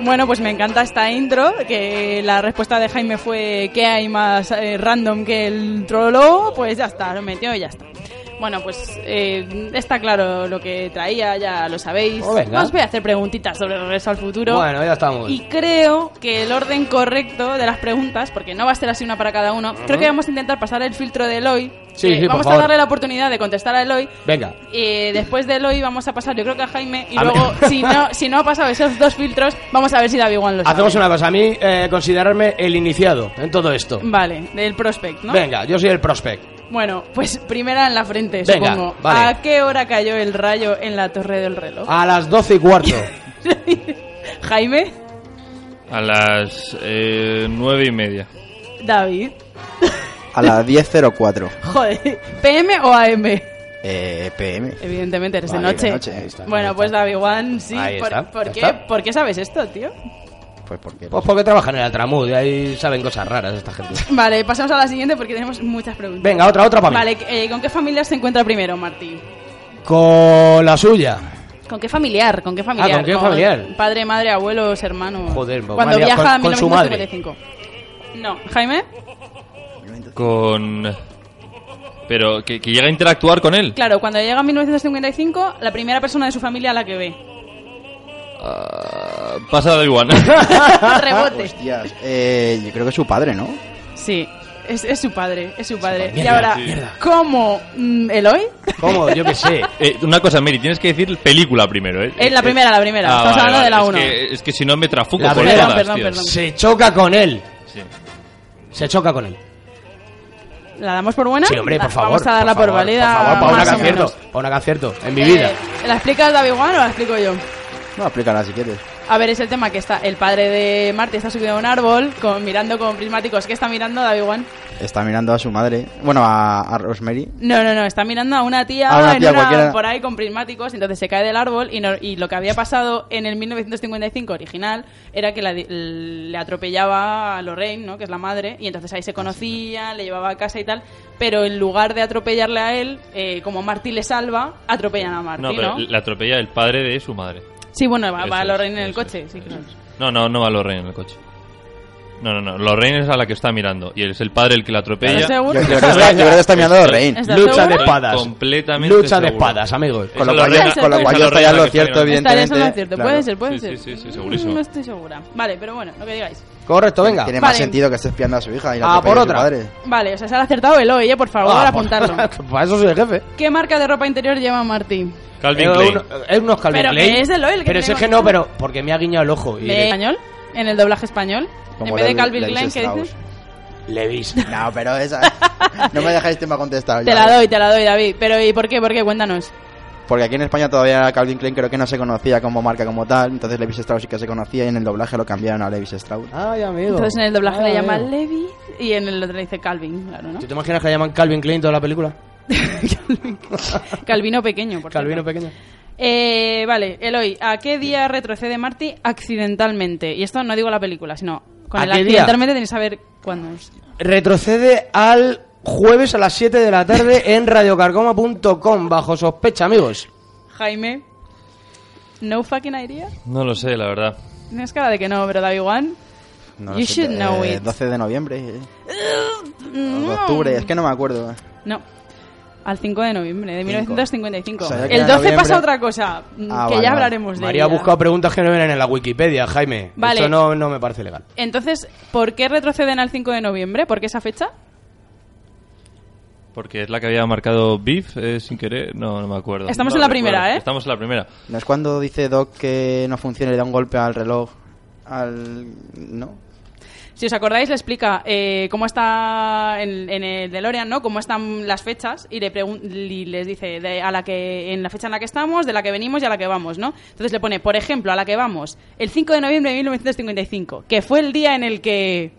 Speaker 6: Bueno, pues me encanta esta intro, que la respuesta de Jaime fue que hay más eh, random que el trolo, pues ya está, lo metió y ya está. Bueno, pues eh, está claro lo que traía, ya lo sabéis.
Speaker 3: Oh, venga.
Speaker 6: Os voy a hacer preguntitas sobre Regreso al Futuro.
Speaker 3: Bueno, ya estamos.
Speaker 6: Y creo que el orden correcto de las preguntas, porque no va a ser así una para cada uno, creo que vamos a intentar pasar el filtro de Eloy.
Speaker 3: Sí,
Speaker 6: que
Speaker 3: sí, por
Speaker 6: vamos a
Speaker 3: favor.
Speaker 6: darle la oportunidad de contestar a Eloy.
Speaker 3: Venga.
Speaker 6: Eh, después de Eloy vamos a pasar, yo creo que a Jaime, y
Speaker 3: A mí-
Speaker 6: luego,
Speaker 3: (laughs)
Speaker 6: si no, si no ha pasado esos dos filtros, vamos a ver si David Juan lo sabe.
Speaker 3: Hacemos una cosa, a mí eh, considerarme el iniciado en todo esto.
Speaker 6: Vale, del prospect, ¿no?
Speaker 3: Venga, yo soy el prospect.
Speaker 6: Bueno, pues primera en la frente,
Speaker 3: Venga,
Speaker 6: supongo.
Speaker 3: vale. Ah.
Speaker 6: ¿A qué hora cayó el rayo en la torre del reloj?
Speaker 3: A las 12 y
Speaker 6: (laughs)
Speaker 3: cuarto.
Speaker 6: Jaime,
Speaker 5: A las eh, nueve y media.
Speaker 6: David,
Speaker 7: A las 10.04
Speaker 6: joder, (laughs) ¿PM o AM?
Speaker 7: eh, PM.
Speaker 6: Evidentemente, eres
Speaker 7: Vale,
Speaker 6: de noche.
Speaker 7: de noche, ahí está,
Speaker 6: bueno,
Speaker 3: ahí
Speaker 6: pues
Speaker 3: está.
Speaker 6: David Juan, sí.
Speaker 3: Ahí
Speaker 6: ¿Por,
Speaker 3: está,
Speaker 6: por
Speaker 3: ya
Speaker 6: qué,
Speaker 3: está.
Speaker 6: ¿Por qué sabes esto, tío?
Speaker 7: Pues porque.
Speaker 3: pues porque trabajan en el tramud y ahí saben cosas raras esta gente.
Speaker 6: (laughs) Vale, pasamos a la siguiente porque tenemos muchas preguntas.
Speaker 3: Venga, otra, otra para mí.
Speaker 6: Vale, eh, ¿con qué familiar se encuentra primero, Martín?
Speaker 3: Con la suya.
Speaker 6: ¿Con qué familiar? ¿Con qué familiar?
Speaker 3: Ah, ¿con qué familiar?
Speaker 6: Padre, madre, abuelos, hermanos.
Speaker 3: Joder, pues,
Speaker 6: Cuando
Speaker 3: María,
Speaker 6: viaja
Speaker 3: con-
Speaker 6: a
Speaker 3: con su madre.
Speaker 6: 1955. No, Jaime,
Speaker 5: Con Pero que, que llega a interactuar con él.
Speaker 6: Claro, cuando llega en 1955, la primera persona de su familia a la que ve.
Speaker 5: Ah, pasa la iguana.
Speaker 3: (laughs)
Speaker 6: Rebote.
Speaker 7: Hostias, eh, yo creo que es su padre, ¿no?
Speaker 6: Sí, es, es su padre, es su padre. y
Speaker 3: mierda,
Speaker 6: ahora,
Speaker 5: sí.
Speaker 3: mierda.
Speaker 6: ¿cómo mm, Eloy?
Speaker 3: ¿Cómo? Yo qué sé.
Speaker 5: (laughs) Eh, una cosa, Mary, tienes que decir película primero, ¿eh?
Speaker 6: Es la
Speaker 5: Eh,
Speaker 6: primera, la
Speaker 3: Ah,
Speaker 6: primera. Estamos
Speaker 5: vale,
Speaker 6: hablando de la
Speaker 5: vale.
Speaker 6: uno.
Speaker 5: Es que, es que si no me trafuco
Speaker 3: La
Speaker 5: por
Speaker 3: primera,
Speaker 5: todas,
Speaker 6: perdón,
Speaker 5: tío.
Speaker 6: perdón.
Speaker 3: Se choca con él.
Speaker 5: Sí.
Speaker 3: Se choca con él.
Speaker 6: ¿La damos por buena?
Speaker 3: Sí, hombre, por
Speaker 6: Va-
Speaker 3: favor.
Speaker 6: ¿Eh? Vamos a darla por,
Speaker 3: favor,
Speaker 6: válida.
Speaker 3: Por favor, para una
Speaker 6: más o
Speaker 3: concierto.
Speaker 6: menos.
Speaker 3: Para una concierto. En mi
Speaker 6: Eh,
Speaker 3: vida.
Speaker 6: ¿La explica David Juan o la explico yo?
Speaker 7: No, explícala si quieres.
Speaker 6: A ver, es el tema que está. El padre de Marte está subido a un árbol con, mirando con prismáticos. ¿Qué está mirando David Juan?
Speaker 7: Está mirando a su madre, bueno, a, a Rosemary.
Speaker 6: No, no, no, está mirando a una tía,
Speaker 7: A una
Speaker 6: en
Speaker 7: tía
Speaker 6: una-
Speaker 7: cualquiera.
Speaker 6: por ahí con prismáticos, entonces se cae del árbol y, no- y lo que había pasado en el 1955 original era que la di- le atropellaba a Lorraine, ¿no? que es la madre, y entonces ahí se conocían, le llevaba a casa y tal, pero en lugar de atropellarle a él, eh, como Marty le salva, atropellan a Marty,
Speaker 5: No,
Speaker 6: ¿no?
Speaker 5: pero la atropella el padre de su madre.
Speaker 6: Sí, bueno, va, va
Speaker 5: Eso es,
Speaker 6: Lorraine en el
Speaker 5: eso
Speaker 6: coche,
Speaker 5: es,
Speaker 6: sí,
Speaker 5: eso
Speaker 6: claro.
Speaker 5: es. No, no, no va Lorraine en el coche. No, no, no. Lorraine es a la que está mirando. Y es el padre el que la atropella.
Speaker 6: ¿Estás
Speaker 7: Yo,
Speaker 6: seguro?
Speaker 7: yo creo que está, yo creo que está mirando a Lorraine.
Speaker 6: ¿Estás
Speaker 3: Lucha de
Speaker 6: seguro?
Speaker 3: espadas.
Speaker 5: Completamente
Speaker 3: Lucha de
Speaker 5: seguro. Eh,
Speaker 3: espadas, amigos.
Speaker 7: Con lo
Speaker 5: Esa
Speaker 7: cual,
Speaker 5: Lorena-
Speaker 7: ya- con lo
Speaker 6: esa
Speaker 7: cual ya está
Speaker 5: Lorena
Speaker 7: ya lo
Speaker 5: que está
Speaker 7: cierto,
Speaker 5: mirando.
Speaker 6: Estaría
Speaker 7: evidentemente.
Speaker 6: solo al cierto,
Speaker 7: Claro.
Speaker 6: puede ser, puede
Speaker 5: Sí,
Speaker 6: ser.
Speaker 5: sí, sí, sí, segurísimo.
Speaker 6: No estoy segura. Vale, pero bueno, lo que digáis.
Speaker 3: Correcto, venga.
Speaker 7: Tiene más
Speaker 6: Vale.
Speaker 7: sentido que esté espiando a su hija y la
Speaker 3: Ah,
Speaker 7: atropelle
Speaker 3: por
Speaker 7: a su
Speaker 3: otra.
Speaker 7: padre.
Speaker 6: Vale, o sea, se ha acertado Eloy, ¿eh? por favor,
Speaker 3: Ah,
Speaker 6: apuntarlo.
Speaker 3: (laughs) Para eso soy el jefe.
Speaker 6: ¿Qué marca de ropa interior lleva Martín?
Speaker 5: Calvin
Speaker 3: Eh,
Speaker 5: Klein.
Speaker 3: uno- Es unos Calvin
Speaker 6: Pero
Speaker 3: Klein.
Speaker 6: que es de Loel, que
Speaker 3: Pero si es
Speaker 6: tenemos
Speaker 3: que no,
Speaker 6: aquí.
Speaker 3: pero porque me ha guiñado el ojo. Y
Speaker 6: ¿De español? ¿En el doblaje español? en vez de Calvin Klein, ¿qué dices?
Speaker 3: Levis.
Speaker 7: (laughs) No, pero
Speaker 6: (laughs)
Speaker 7: esa. No me dejáis tiempo a contestar.
Speaker 6: Te
Speaker 7: ya
Speaker 6: la
Speaker 7: ves.
Speaker 6: doy, te la doy, David. Pero ¿y por qué? ¿Por qué? Cuéntanos.
Speaker 7: Porque aquí en España todavía Calvin Klein creo que no se conocía como marca como tal. Entonces Levis Strauss sí que se conocía y en el doblaje lo cambiaron a Levis Strauss.
Speaker 3: Ay, amigo.
Speaker 6: Entonces en el doblaje
Speaker 3: Ay,
Speaker 6: le llama
Speaker 3: amigo.
Speaker 6: Levi y en el otro le dice Calvin, claro, ¿no?
Speaker 3: (laughs) ¿Tú te imaginas que le llaman Calvin Klein toda la película?
Speaker 6: Calvino pequeño, por
Speaker 3: Calvino
Speaker 6: cierto.
Speaker 3: pequeño.
Speaker 6: Eh, vale, Eloy, ¿a qué día retrocede Marty accidentalmente? Y esto no digo la película, sino con
Speaker 3: ¿A
Speaker 6: el
Speaker 3: qué día?
Speaker 6: accidentalmente tenéis que saber cuándo es.
Speaker 3: Retrocede al jueves a las 7 de la tarde en radiocarcoma.com bajo sospecha, amigos.
Speaker 6: Jaime, no fucking idea.
Speaker 5: No lo sé, la verdad.
Speaker 6: Tienes cara de que no, pero David One.
Speaker 7: No
Speaker 6: You should know
Speaker 7: eh,
Speaker 6: it.
Speaker 7: 12 de noviembre. eh. O de octubre, es que no me acuerdo.
Speaker 6: No. Al 5 de noviembre de 1955.
Speaker 7: O sea, ya queda
Speaker 6: el 12
Speaker 7: noviembre.
Speaker 6: pasa otra cosa, mm, que
Speaker 7: Ah, vale,
Speaker 6: ya
Speaker 7: vale.
Speaker 6: hablaremos de
Speaker 3: María ha
Speaker 6: ella.
Speaker 3: buscado preguntas que no vienen en la Wikipedia, Jaime.
Speaker 6: Vale.
Speaker 3: Eso no, no me parece legal.
Speaker 6: Entonces, ¿por qué retroceden al 5 de noviembre? ¿Por qué esa fecha?
Speaker 5: Porque es la que había marcado Beef eh, sin querer. No, no me acuerdo.
Speaker 6: Estamos
Speaker 5: No
Speaker 6: en la
Speaker 5: recuerdo.
Speaker 6: primera, ¿eh?
Speaker 5: Estamos en la primera.
Speaker 7: ¿No es cuando dice Doc que no funciona y le da un golpe al reloj? Al. ¿No?
Speaker 6: Si os acordáis, le explica eh, cómo está en, en el DeLorean, ¿no? Cómo están las fechas y, le pregun- y les dice de- a la que, en la fecha en la que estamos, de la que venimos y a la que vamos, ¿no? Entonces le pone, por ejemplo, a la que vamos, el 5 de noviembre de 1955, que fue el día en el que...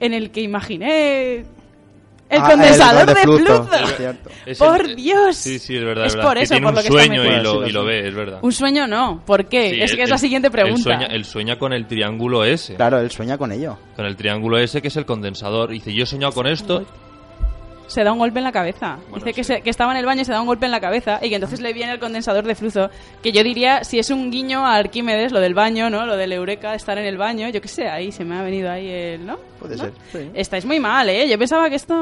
Speaker 6: en el que imaginé... El
Speaker 7: Ah, el
Speaker 6: condensador
Speaker 7: de
Speaker 6: de
Speaker 7: Pluto,
Speaker 6: Pluto.
Speaker 7: es cierto.
Speaker 5: Es
Speaker 6: Por
Speaker 5: el- eh,
Speaker 6: Dios.
Speaker 5: Sí, sí, es verdad.
Speaker 6: Es
Speaker 5: verdad.
Speaker 6: por
Speaker 5: Que
Speaker 6: eso
Speaker 5: tiene
Speaker 6: por
Speaker 5: un
Speaker 6: lo que está
Speaker 5: sueño y
Speaker 6: metido.
Speaker 5: lo, y lo ve, es verdad.
Speaker 6: Un sueño no. ¿Por qué?
Speaker 5: Sí,
Speaker 6: es
Speaker 5: él-
Speaker 6: que es la
Speaker 5: él-
Speaker 6: siguiente
Speaker 5: Él
Speaker 6: pregunta.
Speaker 5: sueña, él sueña con el triángulo ese.
Speaker 7: Claro, él sueña con ello.
Speaker 5: Con el triángulo ese que es el condensador. Y dice, yo he soñado con esto.
Speaker 6: se da un golpe en la cabeza.
Speaker 5: Bueno,
Speaker 6: Dice que,
Speaker 5: sí.
Speaker 6: se- que estaba en el baño y se da un golpe en la cabeza y que entonces le viene el condensador de flujo, que yo diría, si es un guiño a Arquímedes, lo del baño, ¿no? Lo del eureka, estar en el baño, yo qué sé, ahí se me ha venido ahí el, ¿no?
Speaker 7: Puede
Speaker 6: ¿No?
Speaker 7: ser, sí.
Speaker 6: Estáis muy mal, ¿eh? Yo pensaba que esto...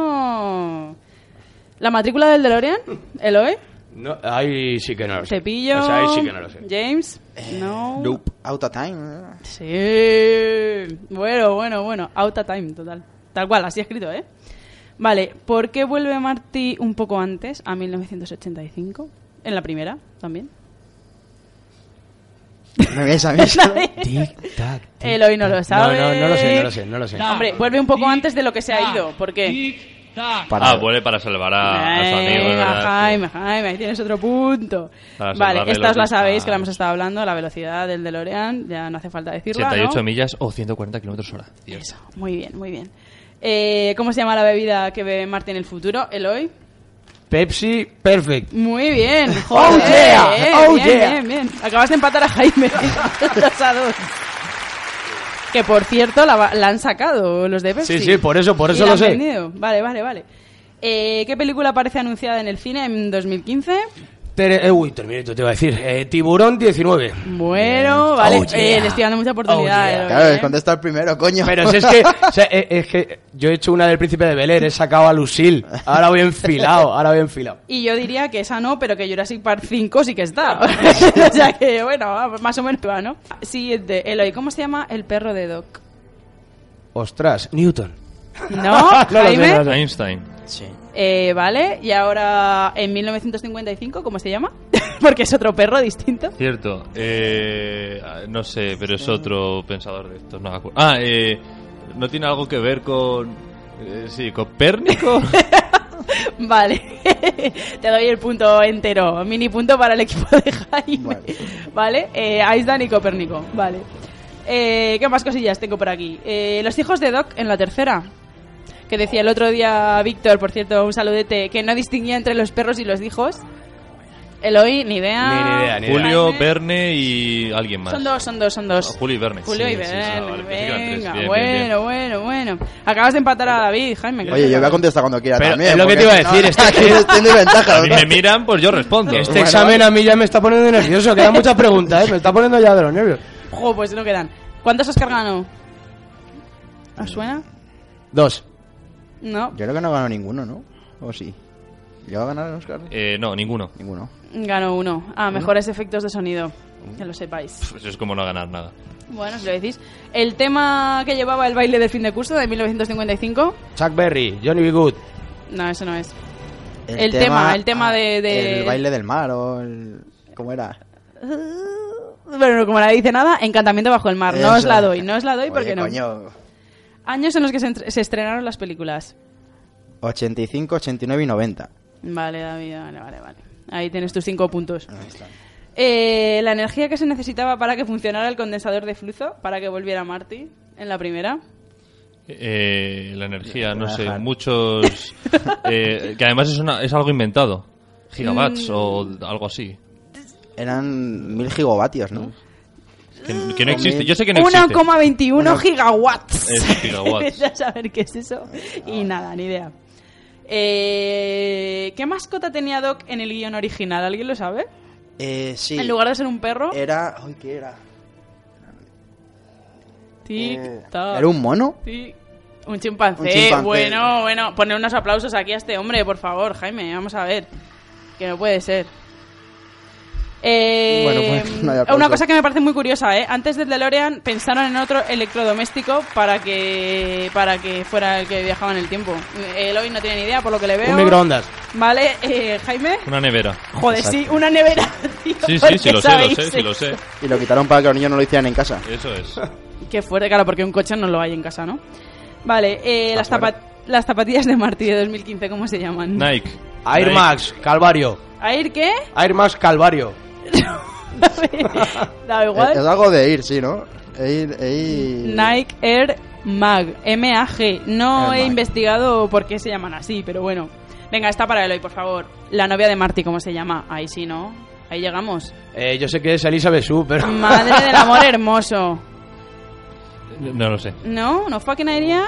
Speaker 6: La matrícula del DeLorean, Eloe,
Speaker 3: No, ahí Pues sí que no lo sé.
Speaker 6: Cepillo,
Speaker 3: O sea, ahí sí que no lo sé. Eh,
Speaker 6: James, no.
Speaker 7: Nope. Out
Speaker 6: (laughs)
Speaker 7: of time.
Speaker 6: Sí. Bueno, bueno, bueno. Out of time, total. Tal cual, así escrito, ¿eh? Vale, ¿por qué vuelve Marty un poco antes, a 1985? En la primera, también.
Speaker 7: ¿Me veis a mí? solo?
Speaker 3: Tic tac. tic,
Speaker 6: Él hoy no
Speaker 3: tac.
Speaker 6: lo sabe.
Speaker 3: No, no, no lo sé, no lo sé, no lo sé.
Speaker 6: No, hombre, vuelve un poco antes de lo que se ha ido. ¿Por qué?
Speaker 7: Para-
Speaker 5: Ah, vuelve para salvar a, a su amigo. de
Speaker 6: Venga,
Speaker 5: verdad, sí.
Speaker 6: Jaime, Jaime, ahí tienes otro punto.
Speaker 5: Para
Speaker 6: Vale,
Speaker 5: salvarle
Speaker 6: esta
Speaker 5: los
Speaker 6: os la sabéis,
Speaker 5: disparos.
Speaker 6: que la hemos estado hablando, la velocidad del DeLorean, ya no hace falta decirla,
Speaker 5: 78
Speaker 6: ¿no?
Speaker 5: millas o 140 kilómetros hora. Dios.
Speaker 6: Eso, muy bien, muy bien. Eh, ¿Cómo se llama la bebida que bebe Marty en el futuro? Eloy.
Speaker 3: Pepsi Perfect.
Speaker 6: Muy bien.
Speaker 3: (laughs) Oh, yeah.
Speaker 6: bien,
Speaker 3: Oh,
Speaker 6: bien,
Speaker 3: yeah.
Speaker 6: bien, bien. Acabas de empatar
Speaker 3: (laughs)
Speaker 6: a Jaime. dos a dos. Que por cierto la, va- la han sacado los de Pepsi.
Speaker 3: Sí, sí, por eso, por
Speaker 6: Y
Speaker 3: eso
Speaker 6: la
Speaker 3: lo
Speaker 6: han
Speaker 3: sé.
Speaker 6: vendido. Vale, vale, vale. Eh, ¿Qué película aparece anunciada en el cine en 2015?
Speaker 3: Tere- eh, uy, Terminator te iba a decir. Eh, tiburón 19.
Speaker 6: Bueno, vale.
Speaker 3: Oh, yeah.
Speaker 6: Eh, le estoy dando mucha oportunidad.
Speaker 3: Oh, yeah.
Speaker 6: eh,
Speaker 7: Claro,
Speaker 6: ¿eh?
Speaker 7: es contesta el primero, coño.
Speaker 3: Pero si es que, (laughs) o sea, eh, es que yo he hecho una del príncipe de Bel Air, he sacado a Lucille. Ahora voy enfilado, ahora voy enfilado.
Speaker 6: Y yo diría que esa no, pero que Jurassic Park 5 sí que
Speaker 3: (laughs)
Speaker 6: está. (laughs) o sea que, bueno, más o menos va, ¿no? Siguiente, Eloy, ¿cómo se llama el perro
Speaker 3: (laughs)
Speaker 6: de Doc?
Speaker 3: Ostras, Newton.
Speaker 6: ¿No?
Speaker 3: No lo sé,
Speaker 6: Jaime.
Speaker 3: no lo sé.
Speaker 5: Einstein.
Speaker 3: Sí.
Speaker 6: Eh, vale, y ahora en 1955, ¿cómo se llama? (laughs) Porque es otro perro distinto.
Speaker 5: Cierto. Eh, ah, no sé, pero es otro pensador de estos. No me acuerdo. Ah, eh, no tiene algo que ver con. eh, sí,
Speaker 3: (laughs)
Speaker 5: Copérnico.
Speaker 6: Vale, (laughs) te doy el punto entero, mini punto para el equipo de Jaime. Vale, eh, Aisdan y Copérnico, vale. Eh, ¿Qué más cosillas tengo por aquí? Eh, los hijos de Doc en la tercera, que decía el otro día Víctor, por cierto, un saludete, que no distinguía entre los perros y los hijos. Eloy, ni idea.
Speaker 3: Ni- ni idea, ni idea.
Speaker 5: Julio,
Speaker 6: Jaime.
Speaker 5: Verne y alguien más.
Speaker 6: Ah. Son dos, son dos, son dos.
Speaker 5: Ah, Julio y Verne.
Speaker 6: Julio
Speaker 5: sí,
Speaker 6: y
Speaker 5: sí, sí,
Speaker 6: Verne,
Speaker 5: ah, vale, pensé que eran tres.
Speaker 6: venga,
Speaker 5: Bien, bien,
Speaker 6: bueno,
Speaker 5: bien.
Speaker 6: bueno, bueno. Acabas de empatar a David, Jaime.
Speaker 7: Oye, yo voy a contestar cuando quiera
Speaker 3: Pero
Speaker 7: también.
Speaker 3: es lo que
Speaker 7: porque
Speaker 3: te iba a
Speaker 7: si no,
Speaker 3: decir,
Speaker 7: (laughs)
Speaker 3: este-
Speaker 7: aquí no tiene ventaja.
Speaker 5: A mí
Speaker 7: ¿no?
Speaker 5: me miran, pues yo respondo.
Speaker 3: Este
Speaker 7: Bueno,
Speaker 3: examen a mí ya me está poniendo nervioso, quedan muchas preguntas, ¿eh? me está poniendo ya de los nervios.
Speaker 6: Jo, pues no quedan. ¿Cuántos Oscar ganó? ¿Os suena?
Speaker 3: Dos.
Speaker 6: No,
Speaker 7: Yo creo que no ganó ninguno, ¿no? ¿O sí? ¿Llegó a ganar el Oscar?
Speaker 5: Eh, no, ninguno.
Speaker 7: Ninguno.
Speaker 6: ganó uno. Ah, mejores efectos de sonido. Que lo sepáis.
Speaker 5: Pues es como no ganar nada.
Speaker 6: Bueno, si lo decís. El tema que llevaba el baile del fin de curso de 1955.
Speaker 3: Chuck Berry, Johnny B. Good.
Speaker 6: No, eso no es. El tema, el tema de- de-
Speaker 7: El baile del mar o el... ¿Cómo era?
Speaker 6: Bueno, como nadie dice nada, Encantamiento bajo el mar. Ah, No os
Speaker 7: Eso.
Speaker 6: la doy, no os la doy
Speaker 7: Oye,
Speaker 6: porque no.
Speaker 7: coño.
Speaker 6: Años en los que se, entre- se estrenaron las películas.
Speaker 7: 85, 89 y 90.
Speaker 6: Vale, David, vale, vale, vale. Ahí tienes tus cinco puntos. Eh, la energía que se necesitaba para que funcionara el condensador de flujo, para que volviera Marty en la primera.
Speaker 5: Eh, la energía, no sé,
Speaker 6: (laughs)
Speaker 7: Trabajar.
Speaker 5: muchos... eh, que además es, una- es algo inventado.
Speaker 6: Mm.
Speaker 5: Gigawatts o algo así.
Speaker 7: Eran 1000 gigavatios,
Speaker 6: Mm.
Speaker 7: ¿no?
Speaker 5: Que, que no existe. Yo sé que no existe.
Speaker 6: 1,21 gigawatts.
Speaker 5: Es gigawatts.
Speaker 6: (laughs)
Speaker 5: Ah.
Speaker 6: Ya saber qué es eso. Y nada, ni idea. Eh, ¿Qué mascota tenía Doc en el guión original? ¿Alguien lo sabe?
Speaker 7: Eh, sí. Eh,
Speaker 6: En lugar de ser un perro.
Speaker 7: Era... Uy, ¿qué era?
Speaker 6: Tic,
Speaker 7: Eh,
Speaker 6: tac.
Speaker 7: ¿Era un mono?
Speaker 6: Sí. Un chimpancé.
Speaker 7: Un chimpancé.
Speaker 6: Bueno, bueno. Poner unos aplausos aquí a este hombre, por favor, Jaime. Vamos a ver. Que no puede ser. Eh,
Speaker 7: Bueno, pues, no hay aplausos.
Speaker 6: una cosa que me parece muy curiosa, ¿eh? Antes del DeLorean pensaron en otro electrodoméstico para que para que fuera el que viajaba en el tiempo. El hoy no tiene ni idea, por lo que le veo.
Speaker 3: Un microondas.
Speaker 6: Vale, eh, Jaime.
Speaker 5: Una nevera.
Speaker 6: Joder,
Speaker 7: Exacto.
Speaker 6: sí, una nevera. (laughs) tío,
Speaker 5: Sí,
Speaker 6: ¿por
Speaker 5: sí, sí,
Speaker 6: qué
Speaker 5: lo sé, lo
Speaker 6: sabéis
Speaker 5: sé, sí, lo
Speaker 6: esto?
Speaker 5: sé.
Speaker 7: Y lo quitaron para que los niños no lo hicieran en casa.
Speaker 5: Eso
Speaker 6: (laughs)
Speaker 5: es.
Speaker 6: Qué fuerte, claro, porque un coche no lo hay en casa, ¿no? Vale, eh, las, tapa- las zapatillas de Martí de 2015, ¿cómo se llaman?
Speaker 5: Nike.
Speaker 3: Air
Speaker 5: Nike.
Speaker 3: Max, Calvario.
Speaker 6: ¿Air qué?
Speaker 3: Air Max, Calvario.
Speaker 6: da
Speaker 7: Eh, Es, es
Speaker 6: igual.
Speaker 7: algo de ir, sí, ¿no? Ir, ir...
Speaker 6: Nike Air Mag, M-A-G. No
Speaker 7: Air
Speaker 6: he
Speaker 7: Mag.
Speaker 6: investigado por qué se llaman así, pero bueno. Venga, está para Eloy, por favor. La novia de Martí, ¿cómo se llama? Ahí sí, ¿no? Ahí llegamos.
Speaker 3: Eh, yo sé que es Elizabeth Sue, pero...
Speaker 6: Madre del amor hermoso.
Speaker 5: No lo sé.
Speaker 6: ¿No? ¿No fucking idea?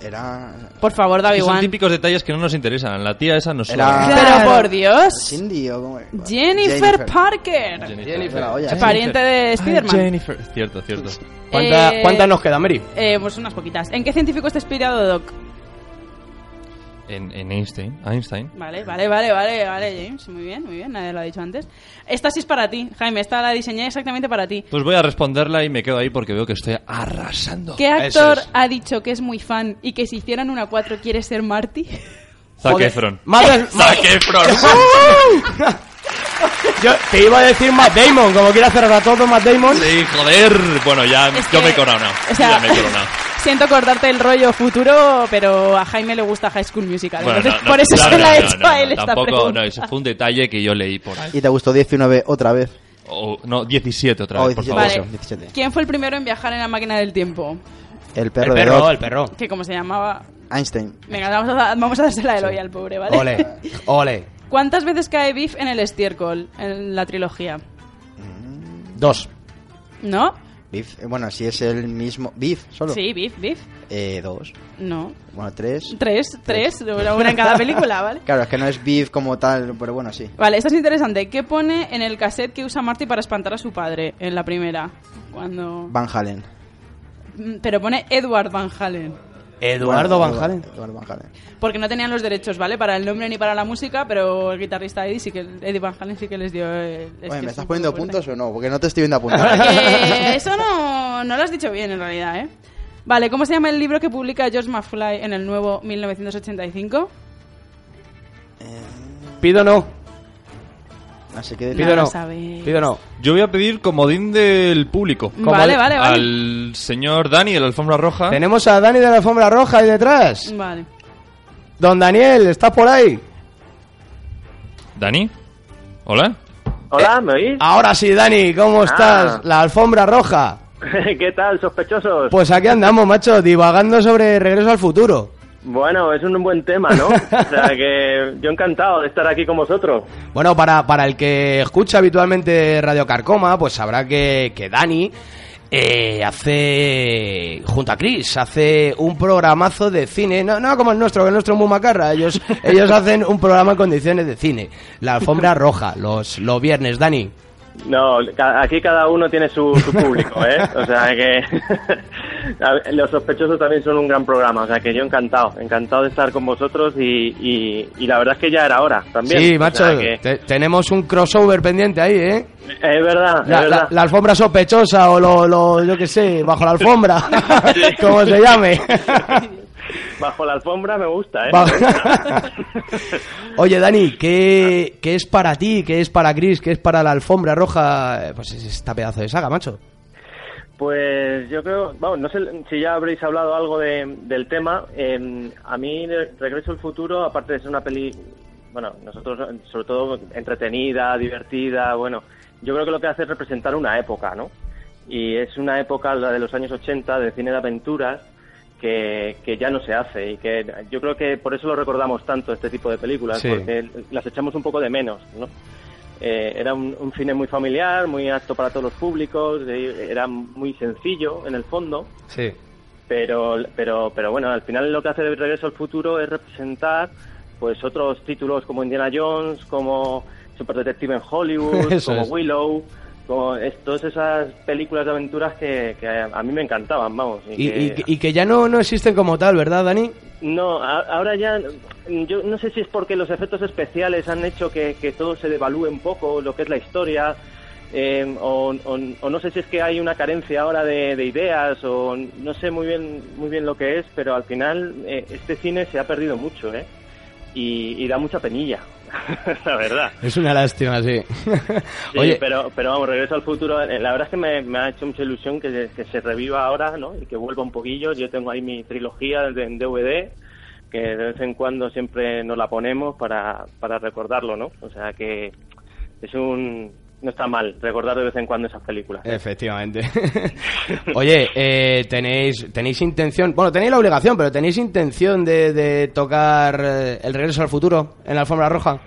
Speaker 7: Era...
Speaker 6: Por favor, David
Speaker 5: Son
Speaker 6: One.
Speaker 5: típicos detalles que no nos interesan. La tía esa nos
Speaker 7: Era-
Speaker 5: suena.
Speaker 6: Pero
Speaker 7: Claro.
Speaker 6: por Dios.
Speaker 7: Cindy o cómo era?
Speaker 6: Jennifer, Parker.
Speaker 7: De la olla, ¿eh?
Speaker 6: Pariente de Spider-Man.
Speaker 5: Jennifer. Cierto, cierto.
Speaker 3: ¿Cuánta-
Speaker 6: Eh,
Speaker 3: ¿Cuántas nos queda, Mary?
Speaker 6: Eh, pues unas poquitas. ¿En qué científico está inspirado Doc?
Speaker 5: En, en Einstein. Einstein.
Speaker 6: Vale, vale, vale, vale, vale, James. Muy bien, muy bien. Nadie lo ha dicho antes. Esta sí es para ti, Jaime. Esta la diseñé exactamente para ti.
Speaker 5: Pues voy a responderla y me quedo ahí porque veo que estoy arrasando.
Speaker 6: ¿Qué
Speaker 3: Eso
Speaker 6: actor
Speaker 3: es.
Speaker 6: ha dicho que es muy fan y que si hicieran una 4 quiere ser Marty?
Speaker 5: Zac
Speaker 3: Joder.
Speaker 5: Efron.
Speaker 3: Matt-
Speaker 5: (laughs) Zac Efron.
Speaker 6: (laughs)
Speaker 3: Yo te iba a decir Matt Damon, como quiera cerrar a todos Matt Damon.
Speaker 5: Sí, joder. Bueno, ya
Speaker 6: Es
Speaker 5: (laughs) yo
Speaker 6: que-
Speaker 5: me he coronado.
Speaker 6: (laughs) o sea,
Speaker 5: ya me he coronado.
Speaker 6: Siento cortarte el rollo futuro, pero a Jaime le gusta High School Musical.
Speaker 5: Bueno,
Speaker 6: entonces,
Speaker 5: no, no,
Speaker 6: por eso
Speaker 5: claro,
Speaker 6: se la he
Speaker 5: no,
Speaker 6: hecho
Speaker 5: no,
Speaker 6: a
Speaker 5: no,
Speaker 6: él esta
Speaker 5: Tampoco,
Speaker 6: pregunta.
Speaker 5: no, ese fue un detalle que yo leí por ahí.
Speaker 7: ¿Y te gustó 19 otra vez?
Speaker 5: O- no, 17 otra vez,
Speaker 7: Oh,
Speaker 5: por favor.
Speaker 7: 17,
Speaker 6: Vale.
Speaker 7: eso, 17.
Speaker 6: ¿Quién fue el primero en viajar en la máquina del tiempo?
Speaker 7: El perro,
Speaker 3: El
Speaker 7: de
Speaker 3: perro,
Speaker 7: Doc.
Speaker 3: el perro.
Speaker 6: Que como se llamaba...
Speaker 7: Einstein.
Speaker 6: Venga, vamos a, vamos a dársela a Eloy al pobre, ¿vale? (laughs)
Speaker 3: Ole, ole.
Speaker 6: ¿Cuántas veces cae Biff en el estiércol en la trilogía?
Speaker 3: Dos.
Speaker 6: ¿No?
Speaker 7: Biff, eh, bueno, si es el mismo... Biff, solo.
Speaker 6: Sí, Biff, Biff.
Speaker 7: Eh, dos.
Speaker 6: No.
Speaker 7: Bueno, tres.
Speaker 6: Tres, tres, una una en cada película,
Speaker 7: (laughs)
Speaker 6: ¿vale?
Speaker 7: Claro, es que no es beef como tal, pero bueno, sí.
Speaker 6: Vale, esta es interesante. ¿Qué pone en el cassette que usa Marty para espantar a su padre en la primera? Cuando...
Speaker 7: Van Halen.
Speaker 6: Mm, Pero pone Edward Van Halen.
Speaker 3: Eduardo
Speaker 7: Bueno,
Speaker 3: Van Halen.
Speaker 7: Eduardo Van Halen.
Speaker 6: Porque no tenían los derechos, ¿vale? Para el nombre ni para la música, pero el guitarrista Eddie, sí que, Eddie Van Halen sí que les dio... eh, es que
Speaker 7: Oye, ¿me
Speaker 6: es Eh,
Speaker 7: estás
Speaker 6: un
Speaker 7: poniendo
Speaker 6: poco fuerte.
Speaker 7: puntos o no? Porque no te estoy viendo
Speaker 3: (laughs)
Speaker 6: (laughs)
Speaker 7: apuntar.
Speaker 6: Porque eso no, no lo has dicho bien en realidad, ¿eh? Vale, ¿cómo se llama el libro que publica George McFly en el nuevo 1985?
Speaker 3: Pido no,
Speaker 7: Así que...
Speaker 6: No
Speaker 3: pido
Speaker 6: lo
Speaker 3: no.
Speaker 6: sabéis.
Speaker 3: Pido no.
Speaker 5: Yo voy a pedir comodín del público.
Speaker 6: Vale,
Speaker 3: al-
Speaker 6: vale, vale.
Speaker 5: Al señor Dani de la alfombra roja.
Speaker 3: Tenemos a Dani de la alfombra roja ahí detrás.
Speaker 6: Vale.
Speaker 3: Don Daniel, ¿estás por ahí?
Speaker 5: Dani, hola.
Speaker 3: Eh,
Speaker 8: Hola, ¿me oís?
Speaker 3: Ahora sí, Dani, ¿cómo estás? La alfombra roja.
Speaker 8: (laughs) ¿Qué tal, sospechosos?
Speaker 3: Pues aquí andamos, macho, divagando sobre Regreso al Futuro.
Speaker 8: Bueno, es un buen
Speaker 3: (laughs)
Speaker 8: tema, ¿no? O sea que yo encantado de estar aquí con vosotros.
Speaker 3: Bueno, para, para el que escucha habitualmente Radio Carcoma, pues sabrá que, que Dani eh, hace, junto a Chris, hace un programazo de cine. No, no como el nuestro, que el nuestro es muy macarra.
Speaker 8: (laughs)
Speaker 3: Ellos, ellos hacen un programa en condiciones de cine. La alfombra roja, los, los viernes, Dani.
Speaker 8: No, ca- aquí cada uno tiene su, su público, ¿eh? O sea que (laughs) a ver, los sospechosos también son un gran programa, o sea que yo encantado, encantado de estar con vosotros y, y- y la verdad es que ya era hora también.
Speaker 3: sí,
Speaker 8: O
Speaker 3: macho,
Speaker 8: sea que-
Speaker 3: te- tenemos un crossover pendiente ahí, ¿eh?
Speaker 8: es verdad, es
Speaker 3: La, la-
Speaker 8: verdad.
Speaker 3: la alfombra sospechosa o lo, lo- yo qué sé, bajo la
Speaker 8: (laughs)
Speaker 3: alfombra, (laughs) como se llame.
Speaker 8: Bajo la alfombra me gusta, ¿eh?
Speaker 3: Bajo- (laughs) Oye, Dani, ¿qué, qué es para ti? ¿Qué es para Chris? ¿Qué es para la alfombra roja? Eh, Pues es esta pedazo de saga, macho.
Speaker 8: Pues yo creo, vamos, no sé si ya habréis hablado algo de- del tema. Eh, a mí, de- Regreso al Futuro, aparte de ser una peli, bueno, nosotros, sobre todo entretenida, divertida, bueno, yo creo que lo que hace es representar una época, ¿no? Y es una época, la de los años 80, de cine de aventuras, que, que ya no se hace y que yo creo que por eso lo recordamos tanto, este tipo de películas,
Speaker 3: Sí.
Speaker 8: porque las echamos un poco de menos, ¿no? Eh, era un, un cine muy familiar, muy apto para todos los públicos, eh, era muy sencillo en el fondo,
Speaker 3: Sí.
Speaker 8: pero, pero, pero bueno, al final lo que hace Regreso al Futuro es representar pues otros títulos como Indiana Jones, como Super Detective en
Speaker 3: (laughs)
Speaker 8: Hollywood,
Speaker 3: Eso
Speaker 8: como
Speaker 3: es.
Speaker 8: Willow, como es- todas esas películas de aventuras que, que a mí me encantaban, vamos. y
Speaker 3: Y,
Speaker 8: que-
Speaker 3: y que- y que ya no, no existen como tal, ¿verdad, Dani?
Speaker 8: no, a- ahora ya, mm, yo no sé si es porque los efectos especiales han hecho que, que todo se devalúe un poco, lo que es la historia, eh, o, o- o no sé si es que hay una carencia ahora de, de ideas, o no sé muy bien, muy bien lo que es, pero al final eh, este cine se ha perdido mucho, ¿eh? Y, y da mucha penilla, (laughs) la verdad.
Speaker 3: Es una lástima, sí.
Speaker 8: (laughs) Sí,
Speaker 3: Oye,
Speaker 8: pero, pero vamos, regreso al futuro. eh, La verdad es que me, me ha hecho mucha ilusión que, se- que se reviva ahora, ¿no? Y que vuelva un poquillo. Yo tengo ahí mi trilogía de- en DVD, que de vez en cuando siempre nos la ponemos para, para recordarlo, ¿no? O sea que es un. No está mal recordar de vez en cuando esas películas.
Speaker 3: Efectivamente.
Speaker 8: (laughs)
Speaker 3: Oye, eh, tenéis tenéis intención, bueno, tenéis la obligación, pero tenéis intención de, de tocar eh, el regreso al futuro en la alfombra roja.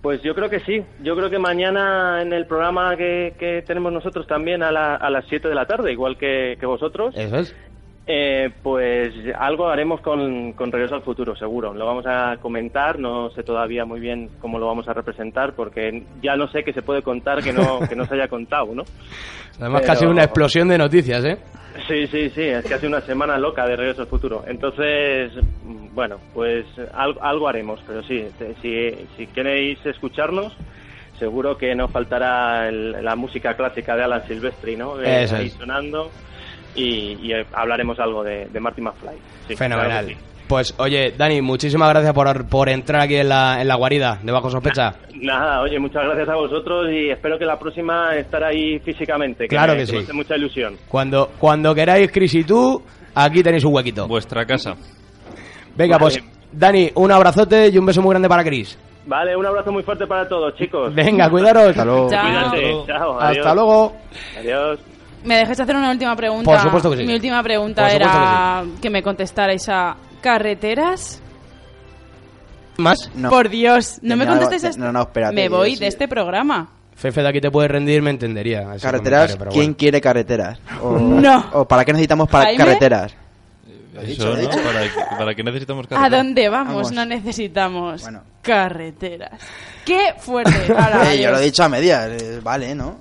Speaker 8: Pues yo creo que sí. Yo creo que mañana en el programa que, que tenemos nosotros también a, la- a las 7 de la tarde, igual que, que vosotros,
Speaker 3: Eso es.
Speaker 8: Eh, pues algo haremos con, con Regreso al Futuro, seguro. Lo vamos a comentar, no sé todavía muy bien cómo lo vamos a representar, porque ya no sé qué se puede contar que no, que no se haya
Speaker 3: (laughs)
Speaker 8: contado, ¿no?
Speaker 3: Además,
Speaker 8: Pero-
Speaker 3: casi una explosión de noticias, ¿eh?
Speaker 8: Sí, sí, sí, es que hace una semana loca de Regreso al Futuro. Entonces, mm, bueno, pues al- algo haremos, pero sí, te- si, si queréis escucharnos, seguro que no faltará el- la música clásica de Alan Silvestri, ¿no? Eh,
Speaker 3: Eso
Speaker 8: ahí
Speaker 3: es.
Speaker 8: sonando. Y, y, eh, hablaremos algo de, de Marty McFly. Sí,
Speaker 3: Fenomenal.
Speaker 8: claro que sí.
Speaker 3: Pues oye, Dani, muchísimas gracias por, por entrar aquí en la, en la guarida de Bajo Sospecha.
Speaker 8: Nada, oye, muchas gracias a vosotros y espero que la próxima estar ahí físicamente.
Speaker 3: Claro
Speaker 8: me-
Speaker 3: que sí.
Speaker 8: me hace mucha ilusión.
Speaker 3: Cuando, cuando queráis, Chris y tú, aquí tenéis un huequito.
Speaker 5: Vuestra casa.
Speaker 3: Venga, pues Dani, un abrazote y un beso muy grande para Chris.
Speaker 8: Vale, un abrazo muy fuerte para todos, chicos.
Speaker 3: Venga, cuidaros.
Speaker 7: Hasta luego.
Speaker 6: Chao.
Speaker 8: Cuídate, Pues, chao, adiós.
Speaker 3: Hasta luego.
Speaker 8: Adiós.
Speaker 6: ¿Me dejáis hacer una última pregunta?
Speaker 3: Por supuesto que sí.
Speaker 6: Mi última pregunta
Speaker 3: Por supuesto
Speaker 6: era que, me contestarais a carreteras.
Speaker 3: Más.
Speaker 7: No.
Speaker 6: Por Dios, no me
Speaker 7: Tenía
Speaker 6: contestéis
Speaker 7: algo-
Speaker 6: a este-
Speaker 7: no, no, espérate,
Speaker 6: Me
Speaker 7: yo
Speaker 6: voy
Speaker 7: sí.
Speaker 6: de este programa.
Speaker 3: Fefe de aquí te puede rendir, me entendería. ese
Speaker 7: Carreteras,
Speaker 3: comentario, pero
Speaker 7: ¿quién
Speaker 3: bueno.
Speaker 7: quiere carreteras? O,
Speaker 6: No.
Speaker 7: o para qué necesitamos para
Speaker 6: Jaime.
Speaker 7: carreteras? Lo he dicho,
Speaker 5: Eso,
Speaker 7: lo he
Speaker 5: ¿no?
Speaker 7: dicho.
Speaker 5: ¿Para, que- ¿Para qué necesitamos
Speaker 6: ¿A
Speaker 5: carretera?
Speaker 6: dónde vamos?
Speaker 7: Vamos.
Speaker 6: No necesitamos
Speaker 7: Bueno.
Speaker 6: carreteras. ¡Qué
Speaker 7: (laughs)
Speaker 6: fuerte! Ahora,
Speaker 7: Eh, yo lo he
Speaker 6: adiós.
Speaker 7: dicho a medias, eh, vale, ¿no?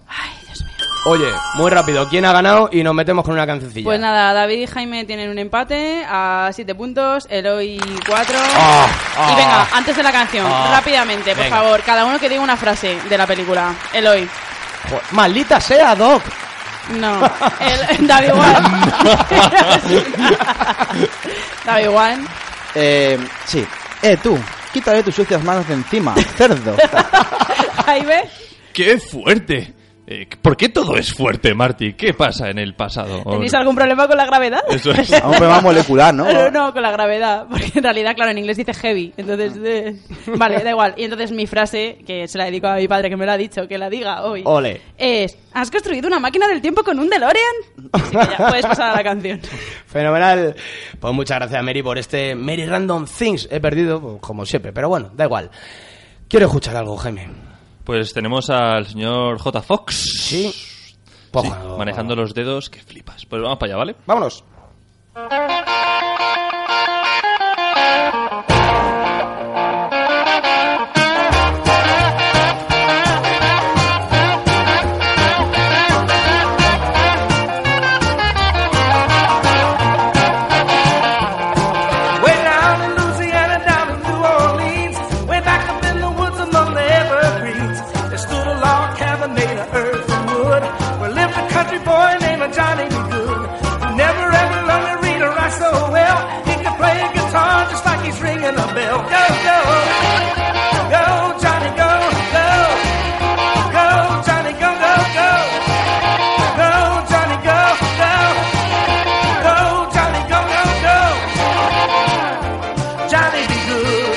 Speaker 3: Oye, muy rápido, ¿quién ha ganado? Y nos metemos con una cancioncilla.
Speaker 6: Pues nada, David y Jaime tienen un empate a 7 puntos, Eloy 4.
Speaker 3: Ah, ah.
Speaker 6: y venga, antes de la canción,
Speaker 3: Ah.
Speaker 6: rápidamente, por
Speaker 3: Venga.
Speaker 6: favor, cada uno que diga una frase de la película. Eloy.
Speaker 3: Jo- Maldita sea, Doc.
Speaker 6: No. El, (laughs) David Wan. David Wan.
Speaker 7: Eh, sí. Eh, tú, quítale tus sucias manos de encima, cerdo.
Speaker 6: Jaime.
Speaker 5: ¡Qué fuerte! Eh, ¿Por qué todo es fuerte, Marty? ¿Qué pasa en el pasado?
Speaker 6: ¿Tenéis algún problema con la gravedad?
Speaker 5: Eso es.
Speaker 7: A un problema molecular, ¿no?
Speaker 6: No, no, con la gravedad, porque en realidad, claro, en inglés dice heavy, entonces... eh, vale, da igual. Y entonces mi frase, que se la dedico a mi padre, que me lo ha dicho, que la diga hoy,
Speaker 3: Ole.
Speaker 6: es... ¿Has construido una máquina del tiempo con un DeLorean? Así que ya, puedes pasar a la canción.
Speaker 3: Fenomenal. Pues muchas gracias, Mary, por este Mary Random Things. He perdido, pues, como siempre, pero bueno, da igual. Quiero escuchar algo, Jaime.
Speaker 5: Pues tenemos al señor J. Fox.
Speaker 3: Sí.
Speaker 5: Sí,
Speaker 3: Poja.
Speaker 5: manejando los dedos, que flipas. Pues vamos para allá, ¿vale?
Speaker 3: Vámonos.
Speaker 4: Way down in Louisiana, down in New Orleans, way back up in the woods among the evergreens, there stood a log cabin made of earth and wood, where lived a country boy named Johnny B. Good. He Never ever learned to read or write so well, he could play guitar just like he's ringing a bell. Go, go, go, Johnny, go, go, go, Johnny, go, go, go, go, Johnny, go, go, go, Johnny, go, go, go. Johnny B. Good.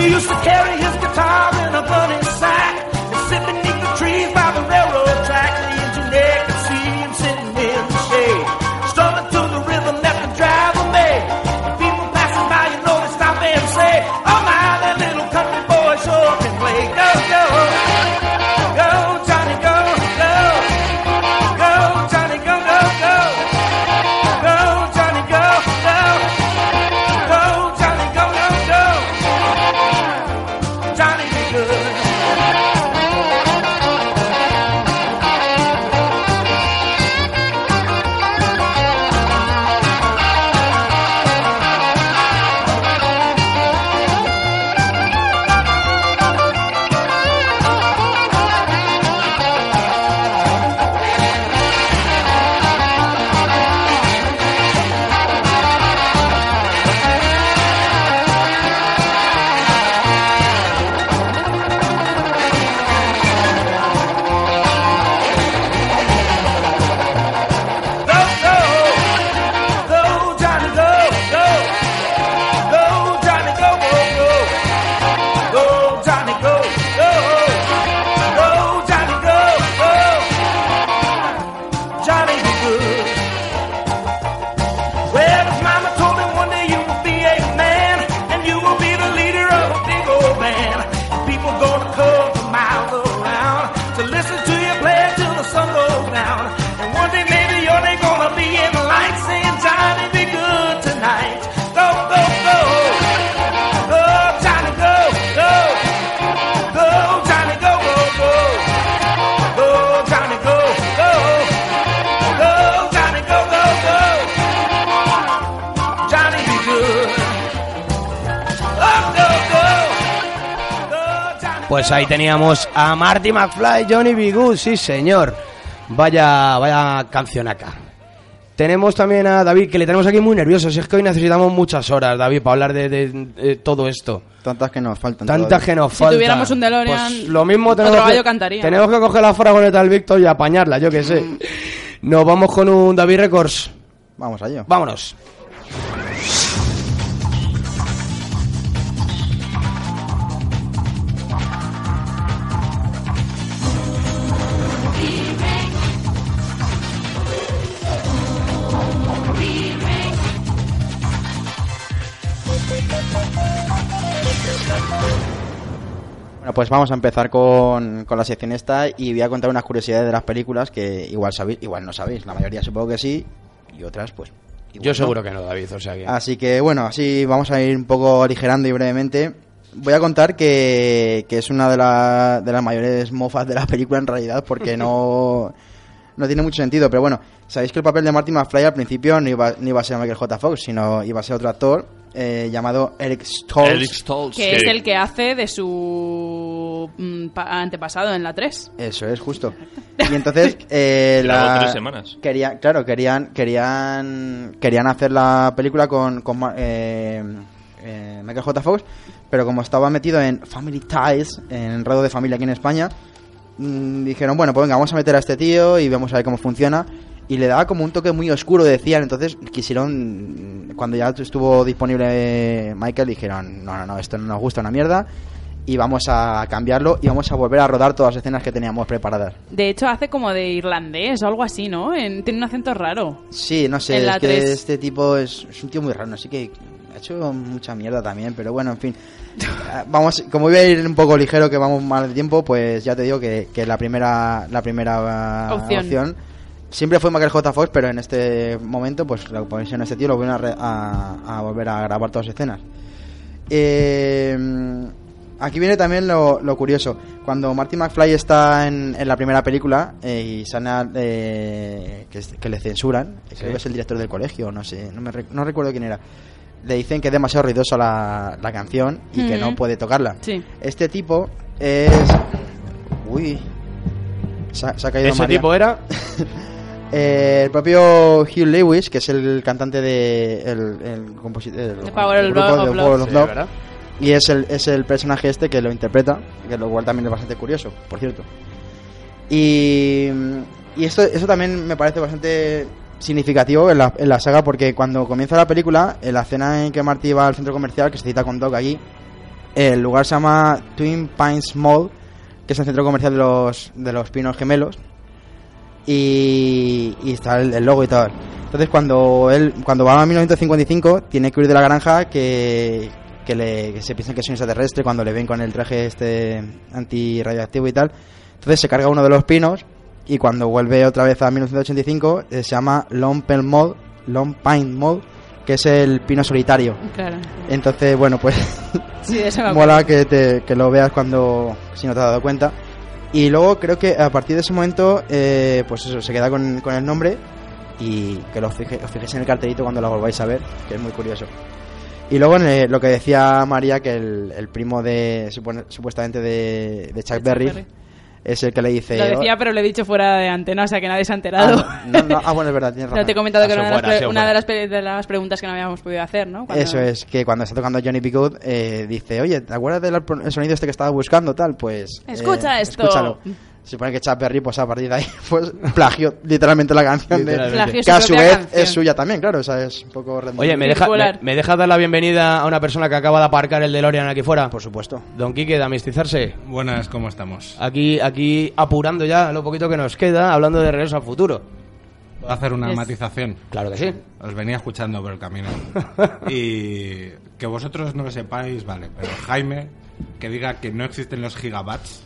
Speaker 4: He used to carry his guitar in a bunny sack and sit beneath the trees by the railroad track. The engineer could see him sitting in the shade, strumming to the rhythm that the driver made. When people passing by, you know they stop and say, "Oh my, that little country boy sure can play." Go, go, go, Johnny, go, go, go, Johnny, go, go, go, go, Johnny, go, go. Go, Johnny, go, go, go. Johnny, be good. Go, go. Go, Johnny, go, go. Go, Johnny, go, go, go. Go, Johnny, go, go. Go, Johnny, go, go. Johnny, be good. Well, his mama told him one day you will be a man, and you will be the leader of a big old band. People gonna come from miles around to listen to you play till the sun goes down. And one day maybe your name gonna be in the light, saying Johnny, be good tonight. Go, go, go, go, Johnny, go, go, go, Johnny, go, go, go, go, Johnny, go, go, go, Johnny, go, go, go. Johnny be good. Up, go, go. Go, Johnny.
Speaker 3: Pues ahí teníamos a Marty McFly, Johnny B. Good, sí señor. Vaya, vaya canción acá. Tenemos también a David, que le tenemos aquí muy nervioso. Si es que hoy necesitamos muchas horas, David, para hablar de, de- de todo esto.
Speaker 7: Tantas que nos faltan.
Speaker 3: Tantas
Speaker 7: todavía.
Speaker 3: que nos
Speaker 6: Si
Speaker 3: faltan.
Speaker 6: tuviéramos un DeLorean,
Speaker 3: Pues lo mismo
Speaker 6: otro
Speaker 3: tenemos que,
Speaker 6: gallo cantaría.
Speaker 3: tenemos que coger la furgoneta del Víctor y apañarla, yo qué sé. Nos vamos con un David Records.
Speaker 7: Vamos a ello.
Speaker 3: Vámonos.
Speaker 7: Bueno, pues vamos a empezar con, con la sección esta y voy a contar unas curiosidades de las películas que igual sabéis, igual no sabéis. La mayoría supongo que sí y otras pues
Speaker 3: Yo
Speaker 7: bueno.
Speaker 3: seguro que no, David, o sea que...
Speaker 7: Así que bueno, así vamos a ir un poco aligerando y brevemente. Voy a contar que, que es una de, la- de las mayores mofas de la película en realidad porque no, no tiene mucho sentido. Pero bueno, sabéis que el papel de Marty McFly al principio no iba, no iba a ser Michael J. Fox, sino iba a ser otro actor eh, llamado Eric Stoltz.
Speaker 5: Eric Stoltz.
Speaker 6: Que es el que hace de su mm, pa- antepasado en la 3.
Speaker 7: Eso es, justo. Y entonces, eh,
Speaker 5: Grabó
Speaker 7: la-
Speaker 5: tres semanas.
Speaker 7: Quería, claro, querían, querían, querían hacer la película con, con Ma- eh, eh, Michael J. Fox, pero como estaba metido en Family Ties, en Enredo de Familia aquí en España, mm, dijeron, bueno, pues venga, vamos a meter a este tío y vamos a ver cómo funciona. Y le daba como un toque muy oscuro, decían. Entonces quisieron, mm, cuando ya estuvo disponible Michael, dijeron, no, no, no, esto no nos gusta una mierda. Y vamos a cambiarlo y vamos a volver a rodar todas las escenas que teníamos preparadas.
Speaker 6: De hecho, hace como de irlandés o algo así, ¿no? En- tiene un acento raro.
Speaker 7: Sí, no sé,
Speaker 6: En la
Speaker 7: es que
Speaker 6: tres.
Speaker 7: este tipo es, es un tío muy raro, así que ha hecho mucha mierda también, pero bueno,
Speaker 6: (laughs)
Speaker 7: en fin. Ah, vamos, como voy a ir un poco ligero, que vamos mal de tiempo, pues ya te digo que, que la primera la primera ah,
Speaker 6: Opción.
Speaker 7: siempre fue Michael J. Fox, pero en este momento, pues la en este tío lo vuelven a, re- a- a volver a grabar todas las escenas. Eh, aquí viene también lo, lo curioso. Cuando Marty McFly está en, en la primera película eh, y sana eh, que, es- que le censuran, creo que es el director del colegio, no sé, no, me re- no recuerdo quién era. Le dicen que es demasiado ruidosa la, la canción y que
Speaker 6: Ujú.
Speaker 7: no puede tocarla.
Speaker 6: Sí.
Speaker 7: Este tipo es. Uy. Se ha, se ha caído
Speaker 3: Ese
Speaker 7: María.
Speaker 3: tipo era...
Speaker 7: Eh, el propio Hugh Lewis, que es el cantante de. El, el composi- el-
Speaker 6: De Power
Speaker 7: el
Speaker 6: of
Speaker 7: grupo
Speaker 6: Love,
Speaker 7: de
Speaker 6: of
Speaker 7: Power
Speaker 6: Love.
Speaker 7: of
Speaker 3: Sí,
Speaker 7: Love.
Speaker 3: ¿verdad?
Speaker 7: Y es el, es el personaje este que lo interpreta, que lo cual también es bastante curioso, por cierto. Y, y esto, eso también me parece bastante significativo en la, en la saga, porque cuando comienza la película, en la escena en que Marty va al centro comercial, que se cita con Doc allí, el lugar se llama Twin Pines Mall, que es el centro comercial de los, de los pinos gemelos, y, y está el, el logo y tal. Entonces cuando él cuando va a 1955 tiene que huir de la granja que, que, le, que se piensan que es un extraterrestre cuando le ven con el traje este antirradioactivo y tal. Entonces se carga uno de los pinos y cuando vuelve otra vez a 1985 eh, se llama Long Pine Mall, Long Pine Mall, que es el pino solitario.
Speaker 6: Claro.
Speaker 7: Entonces, bueno, pues
Speaker 6: Sí, de ese me acuerdo.
Speaker 7: mola que, te- que lo veas cuando si no te has dado cuenta. Y luego creo que a partir de ese momento, eh, pues eso, se queda con, con el nombre y que lo fije- os fijéis en el cartelito cuando lo volváis a ver, que es muy curioso. Y luego en el- lo que decía María, que el, el primo de supone- supuestamente de, de Chuck Berry,
Speaker 6: Berry.
Speaker 7: es el que le dice... "Oh,
Speaker 6: Lo decía, pero lo he dicho fuera de antena, o sea que nadie se ha enterado.
Speaker 7: ah, no, no, ah, bueno, es verdad, tienes
Speaker 6: (laughs) No,
Speaker 7: razón.
Speaker 6: te he comentado que
Speaker 3: Ha
Speaker 6: era una,
Speaker 3: sido
Speaker 6: de las,
Speaker 3: buena, ha
Speaker 6: pre-
Speaker 3: sido
Speaker 6: una de,
Speaker 3: buena.
Speaker 6: las pe- de las preguntas que no habíamos podido hacer, ¿no? Cuando-
Speaker 7: Eso es, que cuando está tocando Johnny B. Good, eh, dice, oye, ¿te acuerdas del pro- el sonido este que estaba buscando? Tal, pues... eh,
Speaker 6: Escucha esto.
Speaker 7: Escúchalo. Se supone que Chuck Berry, pues a partir de ahí, (laughs) pues plagió literalmente la canción de...
Speaker 3: Literalmente.
Speaker 6: Plagió su
Speaker 7: Que a su
Speaker 6: propia
Speaker 7: vez
Speaker 6: canción.
Speaker 7: es suya también, claro, o sea, es un poco redundante.
Speaker 3: Oye, ¿me deja, me,
Speaker 6: Circular.
Speaker 3: me deja dar la bienvenida a una persona que acaba de aparcar el DeLorean aquí fuera?
Speaker 7: Por supuesto.
Speaker 3: Don Quique, de amistizarse.
Speaker 9: Buenas, ¿cómo estamos?
Speaker 3: Aquí, aquí apurando ya lo poquito que nos queda, hablando de regreso al futuro.
Speaker 9: Voy a hacer una
Speaker 6: Es-
Speaker 9: matización.
Speaker 3: Claro que sí.
Speaker 9: Os venía escuchando por el camino. Y que vosotros no lo sepáis, vale, pero Jaime, que diga que no existen los gigabats,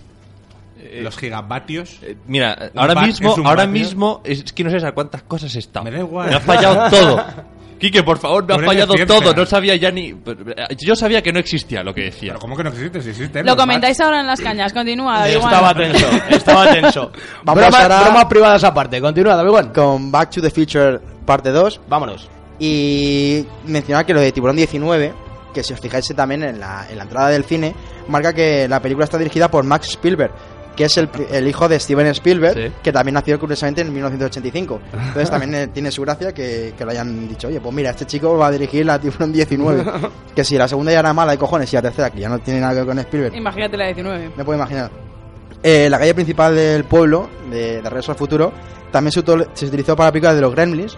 Speaker 9: los gigavatios.
Speaker 5: Eh, Mira,
Speaker 9: Un
Speaker 5: ahora
Speaker 9: bat
Speaker 5: mismo,
Speaker 9: es un
Speaker 5: ahora
Speaker 9: vatio.
Speaker 5: mismo es que no sé a cuántas cosas he estado.
Speaker 9: Me da igual.
Speaker 5: Me ha fallado todo. (laughs) Quique, por favor, me ha
Speaker 9: Pero eres
Speaker 5: fallado
Speaker 9: ciencia.
Speaker 5: todo. No sabía ya ni. Yo sabía que no existía lo que decía.
Speaker 9: Pero ¿cómo que no existe? Si existen.
Speaker 6: Lo
Speaker 9: los
Speaker 6: comentáis
Speaker 9: bats.
Speaker 6: ahora en las cañas, continúa. David Juan.
Speaker 3: Estaba tenso, estaba tenso.
Speaker 7: Vamos
Speaker 3: Bromas-
Speaker 7: ahora-
Speaker 3: bromas privadas aparte, continúa, David Juan.
Speaker 7: Con Back to the Future parte 2
Speaker 3: Vámonos.
Speaker 7: y mencionar que lo de Tiburón 19, que si os fijáis también en la, en la entrada del cine, marca que la película está dirigida por Max Spielberg, que es el, pri- el hijo de Steven Spielberg,
Speaker 5: Sí.
Speaker 7: que también nació curiosamente en 1985.
Speaker 3: (laughs)
Speaker 7: Entonces también eh, tiene su gracia que, que lo hayan dicho, oye, pues mira, este chico va a dirigir la
Speaker 3: (laughs)
Speaker 7: Tiburón 19, que si la segunda ya era mala, hay cojones, y la tercera, que ya no tiene nada que ver con Spielberg.
Speaker 6: Imagínate la 19.
Speaker 7: Me puedo imaginar. Eh, la calle principal del pueblo, de, de Regreso al Futuro, también se, utol- se utilizó para la película de los Gremlins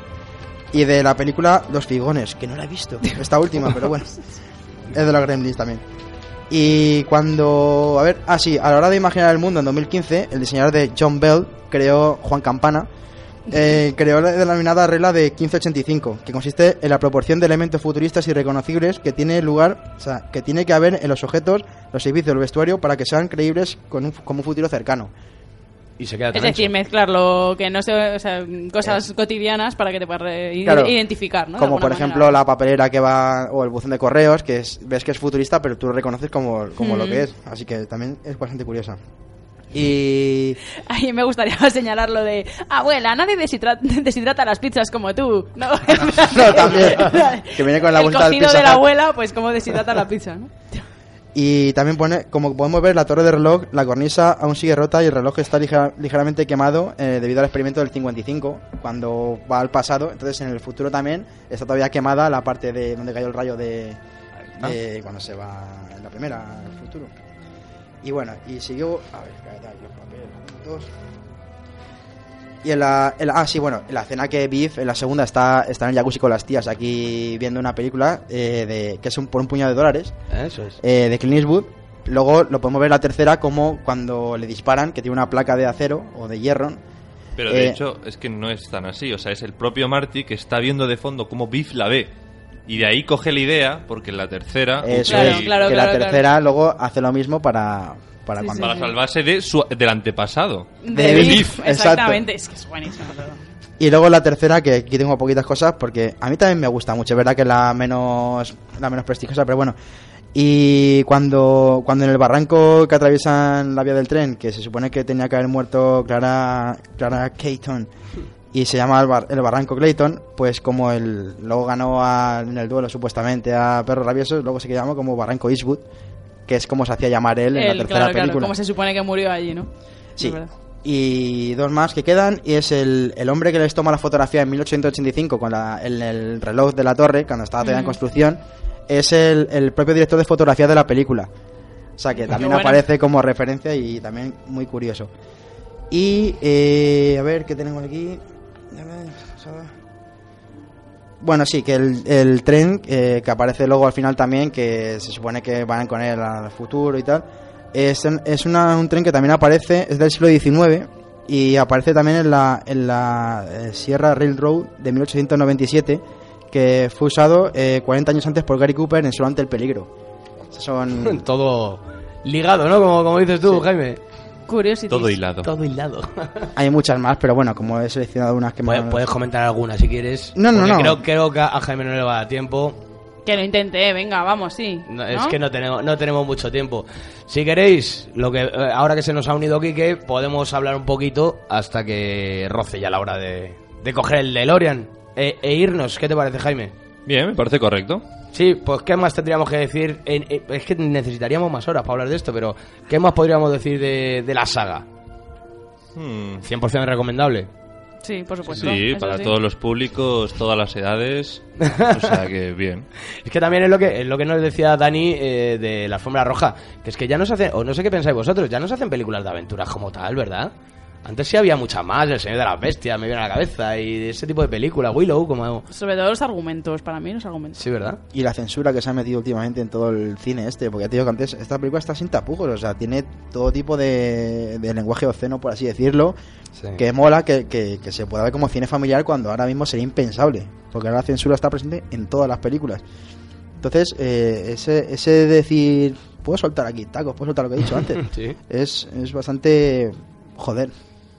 Speaker 7: y de la película Los Figones, que no la he visto, esta última, pero bueno, es de los Gremlins también. Y cuando, a ver, ah sí, a la hora de imaginar el mundo en 2015, el diseñador de John Bell creó Juan Campana, eh, creó la denominada regla de 1585, que consiste en la proporción de elementos futuristas irreconocibles que tiene lugar, o sea, que tiene que haber en los objetos, los servicios, el vestuario, para que sean creíbles con un, como un futuro cercano.
Speaker 3: Y se queda
Speaker 6: Es
Speaker 3: tan
Speaker 6: decir,
Speaker 3: ancho.
Speaker 6: mezclarlo, que no se, o sea, cosas cotidianas para que te puedas re-
Speaker 7: Eh. Claro,
Speaker 6: identificar, ¿no? De
Speaker 7: Como
Speaker 6: alguna
Speaker 7: por
Speaker 6: manera. (laughs)
Speaker 7: ejemplo la papelera que va, o el buzón de correos, que es, ves que es futurista, pero tú lo reconoces como, como lo
Speaker 6: Mm.
Speaker 7: que es. Así que también es
Speaker 6: (laughs)
Speaker 7: bastante curiosa. Y (laughs)
Speaker 6: A mí me gustaría (laughs) señalar lo de, abuela, nadie deshidra- deshidrata (laughs) las pizzas como tú,
Speaker 7: (laughs)
Speaker 6: ¿no?
Speaker 7: no,
Speaker 6: (laughs)
Speaker 7: también, que viene con la
Speaker 6: el
Speaker 7: bolsa del
Speaker 6: cocido
Speaker 7: Pizza
Speaker 6: de la
Speaker 7: Hut.
Speaker 6: abuela, pues cómo deshidrata la pizza, ¿no?
Speaker 7: Y también pone, como podemos ver, la torre de reloj, la cornisa aún sigue rota y el reloj está ligera- ligeramente quemado eh, debido al experimento del 55, cuando va al pasado. Entonces, en el futuro también está todavía quemada la parte de donde cayó el rayo de, de cuando se va en la primera, al futuro. Y bueno, y siguió. A ver, espérate, aquí los papeles, dos. Y en la, en la- Ah, sí, bueno, en la cena que Biff, en la segunda, está, está en el jacuzzi con las tías aquí viendo una película eh, de, que es un- por un puñado de dólares
Speaker 3: Eso es. (laughs)
Speaker 7: eh, de Clint Eastwood. Luego lo podemos ver la tercera como cuando le disparan, que tiene una placa de acero o de hierro.
Speaker 5: (laughs) Pero de
Speaker 7: Eh,
Speaker 5: hecho, es que no es tan así. O sea, es el propio Marty que está viendo de fondo cómo Biff la ve. Y de ahí coge la idea, porque en la tercera.
Speaker 7: Eso
Speaker 5: Uchi-
Speaker 7: es, que la tercera luego hace lo mismo para, para
Speaker 6: Sí,
Speaker 7: cuando...
Speaker 5: Para salvarse de su, del antepasado.
Speaker 7: De Biff, exacto.
Speaker 6: Exactamente, es que es buenísimo todo.
Speaker 7: Y luego la tercera, que aquí tengo poquitas cosas, porque a mí también me gusta mucho, es verdad que es la menos, la menos prestigiosa, pero bueno. Y cuando, cuando en el barranco que atraviesan la vía del tren, que se supone que tenía que haber muerto Clara, Clara Caton, y se llama el, bar- el barranco Clayton, pues como el, luego ganó a- en el duelo supuestamente a Perro Rabioso, luego se llamó como Barranco Eastwood, que es como se hacía llamar él en
Speaker 6: Él,
Speaker 7: la tercera
Speaker 6: claro, claro,
Speaker 7: película.
Speaker 6: como se supone que murió allí, ¿no?
Speaker 7: Sí.
Speaker 6: Es verdad.
Speaker 7: Y dos más que quedan, y es el, el hombre que les toma la fotografía en 1885 con la- el, el reloj de la torre, cuando estaba todavía en
Speaker 6: Ujú.
Speaker 7: construcción, es el, el propio director de fotografía de la película. O sea que también
Speaker 6: bueno.
Speaker 7: aparece como referencia y también muy curioso. Y eh, a ver, ¿qué tenemos aquí? Bueno, sí, que el, el tren eh, que aparece luego al final también, que se supone que van con él al futuro y tal, es, en- es una- un tren que también aparece, es del siglo XIX y aparece también en la, en la eh, Sierra Railroad de 1897, que fue usado eh, 40 años antes por Gary Cooper en Solo ante el peligro. Son
Speaker 3: Todo ligado, ¿no? Como, como dices tú, Jaime.
Speaker 6: Curiosity.
Speaker 5: Todo hilado.
Speaker 3: Todo (laughs) hilado.
Speaker 7: Hay muchas más, pero bueno, como he seleccionado unas que me...
Speaker 3: Puedes, puedes comentar alguna si quieres.
Speaker 7: No, no,
Speaker 3: porque
Speaker 7: no.
Speaker 3: Creo, creo que a Jaime no le va a dar tiempo.
Speaker 6: Que lo intenté, venga, vamos, sí.
Speaker 3: No, Es que no tenemos, no tenemos mucho tiempo. Si queréis, lo que eh, ahora que se nos ha unido Quique, podemos hablar un poquito hasta que roce ya la hora de, de coger el DeLorean e, e irnos. ¿Qué te parece, Jaime?
Speaker 5: Bien, me parece correcto.
Speaker 3: Sí, pues ¿qué más tendríamos que decir? En- en- es que necesitaríamos más horas para hablar de esto, pero ¿qué más podríamos decir de, de la saga?
Speaker 6: Pues
Speaker 5: Hmm,
Speaker 3: 100% recomendable.
Speaker 6: Sí, por supuesto.
Speaker 5: sí,
Speaker 6: eso
Speaker 5: para
Speaker 6: sí.
Speaker 5: todos los públicos, todas las edades. O sea que bien.
Speaker 3: Es que también es lo que, es lo que nos decía Dani eh, de la alfombra roja, que es que ya nos hacen, o no sé qué pensáis vosotros, ya nos hacen películas de aventuras como tal, ¿verdad? Antes sí había muchas más, El Señor de las Bestias, me viene a la cabeza, y ese tipo de películas, Willow, como...
Speaker 6: Sobre todo los argumentos, para mí los argumentos.
Speaker 3: Sí, ¿verdad?
Speaker 7: Y la censura que se ha metido últimamente en todo el cine este, porque ya te digo que antes esta película está sin tapujos, o sea, tiene todo tipo de, de lenguaje obsceno, por así decirlo,
Speaker 3: Sí.
Speaker 7: que mola que, que- que se pueda ver como cine familiar cuando ahora mismo sería impensable, porque ahora la censura está presente en todas las películas. Entonces, eh, ese, ese decir, puedo soltar aquí tacos, puedo soltar lo que he
Speaker 5: (laughs)
Speaker 7: dicho antes,
Speaker 3: Sí.
Speaker 7: es, es bastante... joder.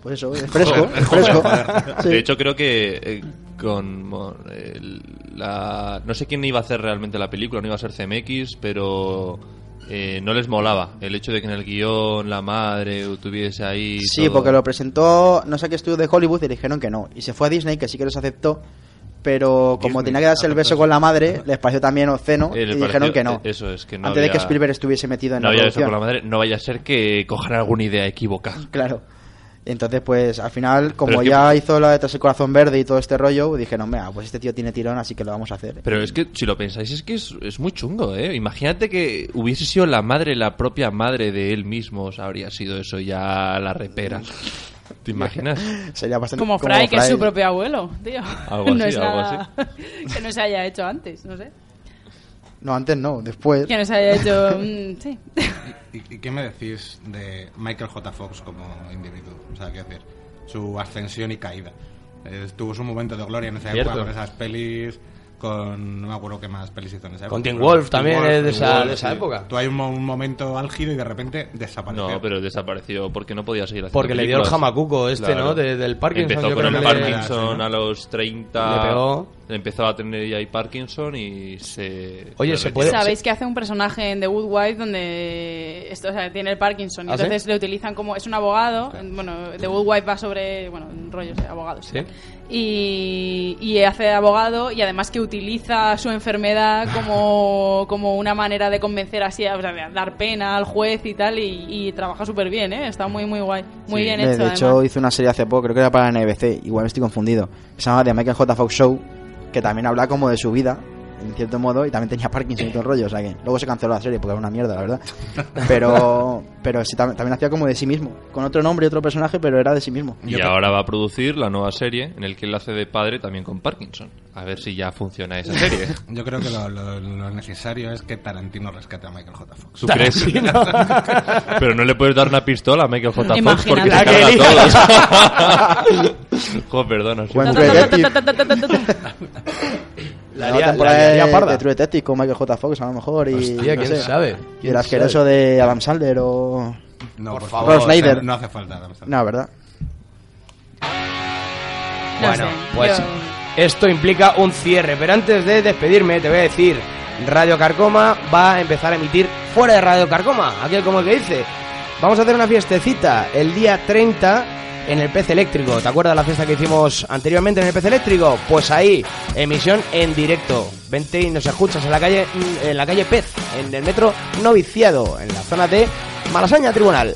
Speaker 7: Pues eso, es fresco, es fresco. (laughs) Sí.
Speaker 5: De hecho, creo que eh, con mo- el- la... No sé quién iba a hacer realmente la película, no iba a ser CMX, pero eh, no les molaba el hecho de que en el guión la madre tuviese ahí...
Speaker 7: Sí,
Speaker 5: todo.
Speaker 7: porque lo presentó no sé qué estudio de Hollywood y le dijeron que no. Y se fue a Disney, que sí que los aceptó, pero como
Speaker 9: Disney,
Speaker 7: tenía que darse el beso con
Speaker 5: (laughs)
Speaker 7: la madre, les pareció también obsceno
Speaker 5: Eh,
Speaker 7: y
Speaker 5: le
Speaker 7: dijeron
Speaker 5: ah, pareció-
Speaker 7: que no.
Speaker 5: eh, Eso es, que no
Speaker 7: Antes
Speaker 5: había-
Speaker 7: de que Spielberg estuviese metido en
Speaker 5: no
Speaker 7: la
Speaker 5: había eso
Speaker 7: producción.
Speaker 5: con la madre, no vaya a ser que cojan alguna idea equivocada.
Speaker 7: Claro. Entonces, pues al final, como
Speaker 5: Pero es que-
Speaker 7: ya hizo la de Tras el Corazón Verde y todo este rollo, dijeron, mira, pues este tío tiene tirón, así que lo vamos a hacer.
Speaker 5: Pero es que, si lo pensáis, es que es, es muy chungo, ¿eh? Imagínate que hubiese sido la madre, la propia madre de él mismo, o sea, habría sido eso ya la repera. ¿Te imaginas?
Speaker 7: (laughs) (laughs) Sería bastante
Speaker 6: Como Fry, que es su
Speaker 7: Fry.
Speaker 6: propio abuelo, tío.
Speaker 5: Algo
Speaker 6: (laughs) no
Speaker 5: así,
Speaker 6: es
Speaker 5: algo
Speaker 6: nada (laughs) que no se haya hecho antes, no sé.
Speaker 7: No, antes no, después.
Speaker 6: Que no se haya
Speaker 7: (laughs)
Speaker 6: hecho... mm, sí.
Speaker 9: ¿Y, y qué me decís de Michael J. Fox como individuo? O sea, qué decir, su ascensión y caída. Eh, Tuvo su momento de gloria en esa
Speaker 3: Cierto.
Speaker 9: época con esas pelis con no me acuerdo qué más pelis hizo en esa época.
Speaker 3: Con Teen
Speaker 9: pero
Speaker 3: Wolf también es de
Speaker 9: Teen
Speaker 3: esa- de esa
Speaker 9: sí.
Speaker 3: época.
Speaker 9: Tú hay un, mo- un momento álgido y de repente desapareció.
Speaker 5: No, pero desapareció porque no podía seguir haciendo
Speaker 3: Porque le dio el
Speaker 5: películas.
Speaker 3: jamacuco este, ¿no? De- del Parkinson,
Speaker 5: Empezó
Speaker 3: yo
Speaker 5: con
Speaker 3: creo
Speaker 5: el
Speaker 3: que le-
Speaker 5: Parkinson a los 30.
Speaker 3: Le pegó.
Speaker 5: Empezó a tener ya ahí Parkinson y se.
Speaker 3: Oye, se puede-
Speaker 6: Sabéis que hace un personaje en The Woodwife donde esto, o sea, tiene el Parkinson. y
Speaker 3: ¿Ah, sí?
Speaker 6: entonces le utilizan como. Es un abogado. Bueno, The Woodwife va sobre. Bueno, rollos de abogados.
Speaker 3: Sí.
Speaker 6: Y, y hace de abogado y además que utiliza su enfermedad como, como una manera de convencer así, a, o sea, de dar pena al juez y tal. Y, y trabaja súper bien, ¿eh? Está muy, muy guay. Muy bien
Speaker 7: De,
Speaker 6: hecho.
Speaker 7: de hecho,
Speaker 6: además.
Speaker 7: hizo una serie hace poco, creo que era para la NBC, igual me estoy confundido. que Se llama The Michael J. Fox Show, que también habla como de su vida, en cierto modo, y también tenía Parkinson y todo el rollo. O sea que luego se canceló la serie porque era una mierda,
Speaker 5: (laughs)
Speaker 7: la verdad. Pero, pero sí, tam- también hacía como de sí mismo, con otro nombre y otro personaje, pero era de sí mismo.
Speaker 5: Y ahora va a producir la nueva serie en el que él hace de padre también con Parkinson. A ver si ya funciona esa
Speaker 3: (laughs)
Speaker 5: serie.
Speaker 9: Yo creo que lo, lo- lo necesario es que Tarantino rescate a Michael J. Fox.
Speaker 10: (laughs)
Speaker 5: ¿Tú crees? (laughs) Pero no le puedes dar una pistola a Michael J. Fox
Speaker 6: Imagínate.
Speaker 5: porque se
Speaker 3: Ah,
Speaker 6: La
Speaker 5: carga
Speaker 6: que
Speaker 5: a
Speaker 3: (laughs)
Speaker 5: todos. (laughs) Joder, perdona. sí.
Speaker 6: Ta,
Speaker 7: Buen
Speaker 6: ta,
Speaker 7: True
Speaker 6: ta,
Speaker 7: Detective.
Speaker 6: ta, ta, ta, ta, ta, ta.
Speaker 3: La
Speaker 7: La
Speaker 3: haría-
Speaker 7: nueva
Speaker 3: la
Speaker 7: temporada
Speaker 3: haría
Speaker 7: de,
Speaker 3: parda.
Speaker 7: de True Detective con Michael J. Fox, a lo mejor. Y,
Speaker 3: Hostia,
Speaker 7: no
Speaker 3: quién
Speaker 7: sé,
Speaker 3: sabe.
Speaker 7: Y
Speaker 3: ¿Quién
Speaker 7: el asqueroso
Speaker 3: sabe?
Speaker 7: de Adam Sandler o.
Speaker 9: No,
Speaker 3: Por
Speaker 9: por
Speaker 3: favor,
Speaker 9: favor.
Speaker 7: Rob Schneider.
Speaker 9: No hace falta. Adam Sandler.
Speaker 7: No, ¿verdad?
Speaker 6: No
Speaker 3: Bueno,
Speaker 6: sé,
Speaker 3: pues
Speaker 6: yo-
Speaker 3: esto implica un cierre, pero antes de despedirme te voy a decir, Radio Carcoma va a empezar a emitir fuera de Radio Carcoma, aquel como el que dice. Vamos a hacer una fiestecita el día 30 en el pez eléctrico. ¿Te acuerdas la fiesta que hicimos anteriormente en el pez eléctrico? Pues ahí, emisión en directo. Vente y nos escuchas en la calle mm, en la calle Pez, en el metro Noviciado, en la zona de Malasaña Tribunal.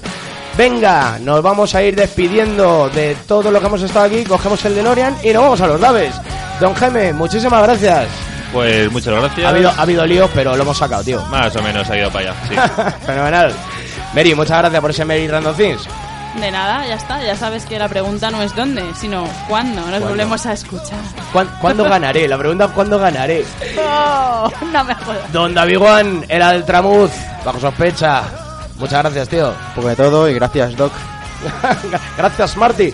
Speaker 3: Venga, nos vamos a ir despidiendo de todo lo que hemos estado aquí, cogemos el DeLorean y nos vamos a los laves. Don Jaime, muchísimas gracias.
Speaker 5: Pues muchas gracias.
Speaker 3: Ha habido, ha habido líos, pero lo hemos sacado, tío. (laughs)
Speaker 5: Más o menos ha ido para allá. Sí.
Speaker 3: Fenomenal. Mary, muchas gracias por ese Mary Random Things.
Speaker 6: De nada, ya está. Ya sabes que la pregunta no es dónde, sino cuándo. Nos volvemos a escuchar.
Speaker 3: ¿Cuán- ¿Cuándo ganaré? La pregunta es ¿cuándo ganaré?
Speaker 6: Oh, (laughs) no me jodas.
Speaker 3: Don David Juan era del Tramuz, bajo sospecha. Muchas gracias, tío.
Speaker 7: Un poco de todo y gracias, Doc.
Speaker 3: (laughs) gracias, Marty.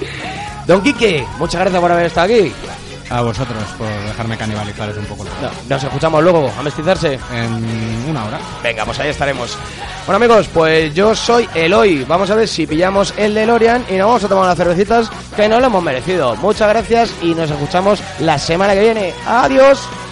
Speaker 3: Don Quique, muchas gracias por haber estado aquí.
Speaker 9: A vosotros por dejarme canibalizaros un poco. el
Speaker 3: No, nos escuchamos luego, a mestizarse.
Speaker 9: En una hora.
Speaker 3: Venga, pues ahí estaremos. Bueno, amigos, pues yo soy Eloy. Vamos a ver si pillamos el DeLorean y nos vamos a tomar unas cervecitas que no lo hemos merecido. Muchas gracias y nos escuchamos la semana que viene. Adiós.